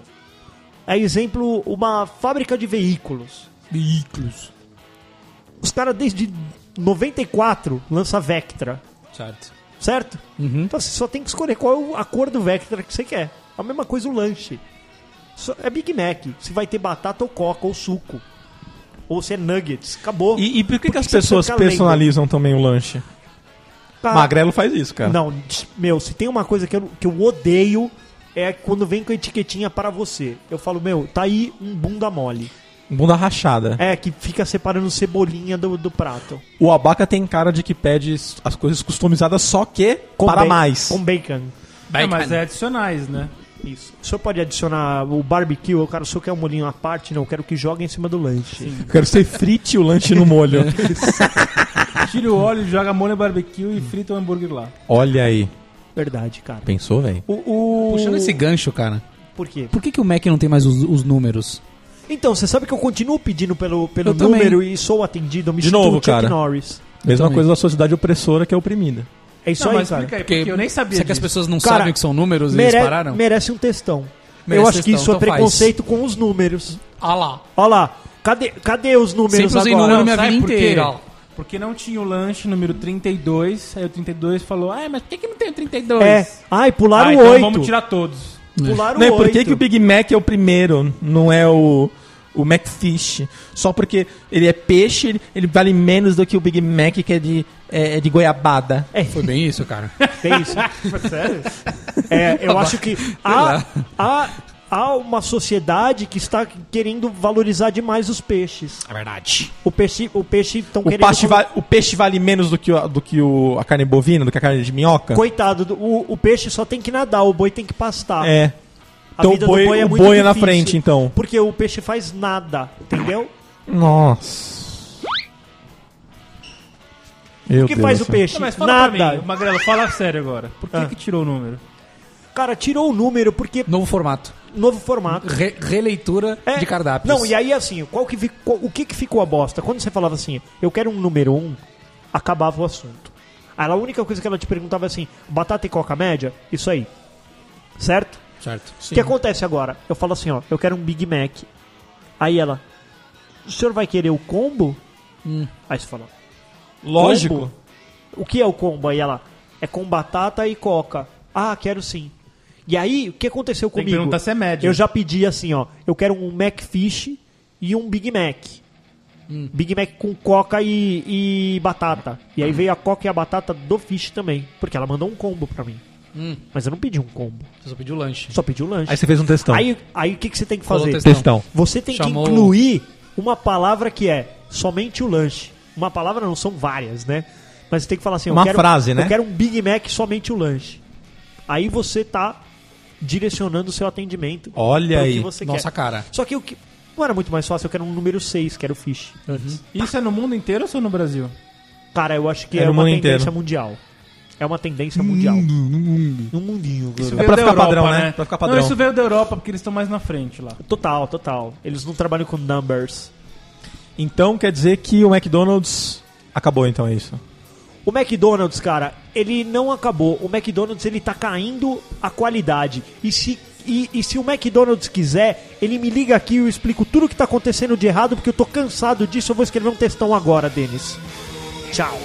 B: É exemplo, uma fábrica de veículos.
C: Veículos.
B: Os caras desde 94 lança Vectra,
C: Certo. Uhum.
B: certo? Então você só tem que escolher qual é o- a cor do Vectra que você quer. A mesma coisa o lanche. Só- É Big Mac. Se vai ter batata ou coca ou suco. Ou se é nuggets. Acabou.
A: E, e por que, que as
B: você
A: pessoas
B: fica lendo?
A: personalizam também o lanche?
B: Tá.
A: Magrelo faz isso, cara.
B: Não, tch, meu, se tem uma coisa que eu, que eu odeio é quando vem com a etiquetinha para você. Eu falo, meu, tá aí um bunda mole.
A: Bunda rachada.
B: É, que fica separando cebolinha do, do prato.
A: O abaca tem cara de que pede as coisas customizadas, só que para
B: ba-
A: mais.
B: Com bacon.
D: É, mas é adicionais, né?
B: Isso. O senhor pode adicionar o barbecue? Eu quero, o senhor quer um molhinho à parte? Não, eu quero que jogue em cima do lanche.
A: Eu quero ser frite o lanche no
B: [laughs]
A: molho.
D: Tira o óleo, joga molho no barbecue e frita o hambúrguer lá.
A: Olha aí.
B: Verdade, cara.
A: Pensou, velho?
B: O, o...
C: Puxando esse gancho, cara.
B: Por quê?
C: Por que, que o Mac não tem mais os, os números?
B: Então, você sabe que eu continuo pedindo pelo, pelo
C: Eu também.
B: número e sou atendido. Eu me
A: De
B: sinto
A: novo,
B: o Chuck
A: cara.
B: Norris.
A: Mesma
C: também.
A: coisa da sociedade opressora que é oprimida.
B: É isso
D: Não,
B: aí,
D: mas
B: cara.
D: explica aí, porque, eu nem sabia
C: Será que as
D: disso.
C: pessoas não
B: Cara,
C: sabem o que são números e
B: Mere-
C: eles pararam?
B: Merece um textão.
C: Merece
B: eu acho que
C: textão,
B: isso é
C: então faz.
B: preconceito com os números.
C: Ah lá.
B: Olha lá. Cadê, cadê os números
C: Sempre usei
B: agora?
C: número
D: Não,
C: minha
D: sabe
C: vida
D: por quê?
C: inteira. ó.
D: Porque não tinha o lanche número 32, aí o 32 falou, ah, mas por que, que não tem o 32?
B: É. Ai, pularam
D: ah,
B: o
D: então
B: 8.
D: vamos tirar todos.
B: Pularam
A: Não, e
B: o 8.
A: por que, que o Big Mac é o primeiro, não é o, o McFish? Só porque ele é peixe, ele, ele vale menos do que o Big Mac que é de, é, é de goiabada.
C: Foi bem isso, [laughs] cara.
B: Tem É isso? Sério? É, eu acho que há, há, há uma sociedade que está querendo valorizar demais os peixes.
C: É verdade.
B: O peixe o peixe estão
A: O,
B: querendo...
A: pache va- o peixe vale menos do que, o- do que o, a carne bovina, do que a carne de minhoca?
B: Coitado, do- o, o peixe só tem que nadar, o boi tem que pastar.
A: É.
B: A
A: Então o
B: vida do
A: boi,
B: boi é
A: o
B: muito
A: boi é na
B: difícil.
A: frente, então.
B: Porque o peixe faz nada, entendeu?
A: Nossa.
B: O que faz o peixe?
D: Não, mas fala pra
B: nada. Ah.
D: mim, Magrelo, fala sério agora. Por que que tirou o número?
B: Cara, tirou o número porque
C: Novo formato.
B: novo formato.
C: Re- releitura
B: É.
C: de cardápios.
B: Não, e aí assim, qual que, fi- qual- o que, que ficou a bosta? Quando você falava assim, eu quero um número um, acabava o assunto. Aí a única coisa que ela te perguntava é assim, batata e coca média? Isso aí. Certo?
C: Certo.
B: O que é acontece agora? Eu falo assim, ó, eu quero um Big Mac. Aí ela, o senhor vai querer o combo?
D: Hum.
B: Aí você fala,
A: Lógico.
B: combo? O que é o combo? Aí ela, é com batata e coca. Ah, quero sim. E aí, o que aconteceu
D: Tem
B: comigo?
D: que perguntar se é médio.
B: Eu já pedi assim, ó. Eu quero um McFish e um Big Mac.
D: Hum.
B: Big Mac com coca e, e batata. E aí veio a coca e a batata do fish também. Porque ela mandou um combo pra mim.
D: Hum.
B: Mas eu não pedi um combo.
C: Você só pediu lanche.
B: Só pedi o lanche.
A: Aí você fez um textão.
B: Aí, aí o que, que você tem que
C: Rolou
B: fazer?
C: textão.
A: Textão.
B: Você tem
C: Chamou-
B: que incluir uma palavra que é somente o lanche. Uma palavra não, são várias, né? Mas você tem que falar assim,
A: Uma
B: eu quero,
A: frase, né?
B: Eu quero um Big Mac somente o lanche. Aí você tá direcionando o seu atendimento.
A: Olha
B: pra o
A: aí.
B: que é você
C: Nossa
B: quer.
C: cara.
B: Só que o que não era muito mais fácil, eu quero um número 6, quero fish.
D: Isso é no mundo inteiro ou só no Brasil?
B: Cara, eu acho que
A: Era
B: é
A: o
B: uma
A: mundo
B: tendência
A: inteiro.
B: mundial. É uma tendência mundial. No mundinho, cara.
A: pra
D: Veio da
A: ficar padrão, né? Pra ficar padrão.
D: Não, isso veio da Europa, porque eles estão mais na frente lá.
B: Total, total. Eles não trabalham com numbers.
A: Então quer dizer que o McDonald's acabou, então é isso.
B: O McDonald's, cara, ele não acabou. O McDonald's, ele tá caindo a qualidade. E se, e, e se o McDonald's quiser, ele me liga aqui e eu explico tudo o que tá acontecendo de errado, porque eu tô cansado disso. Eu vou escrever um textão agora, Denis. Tchau.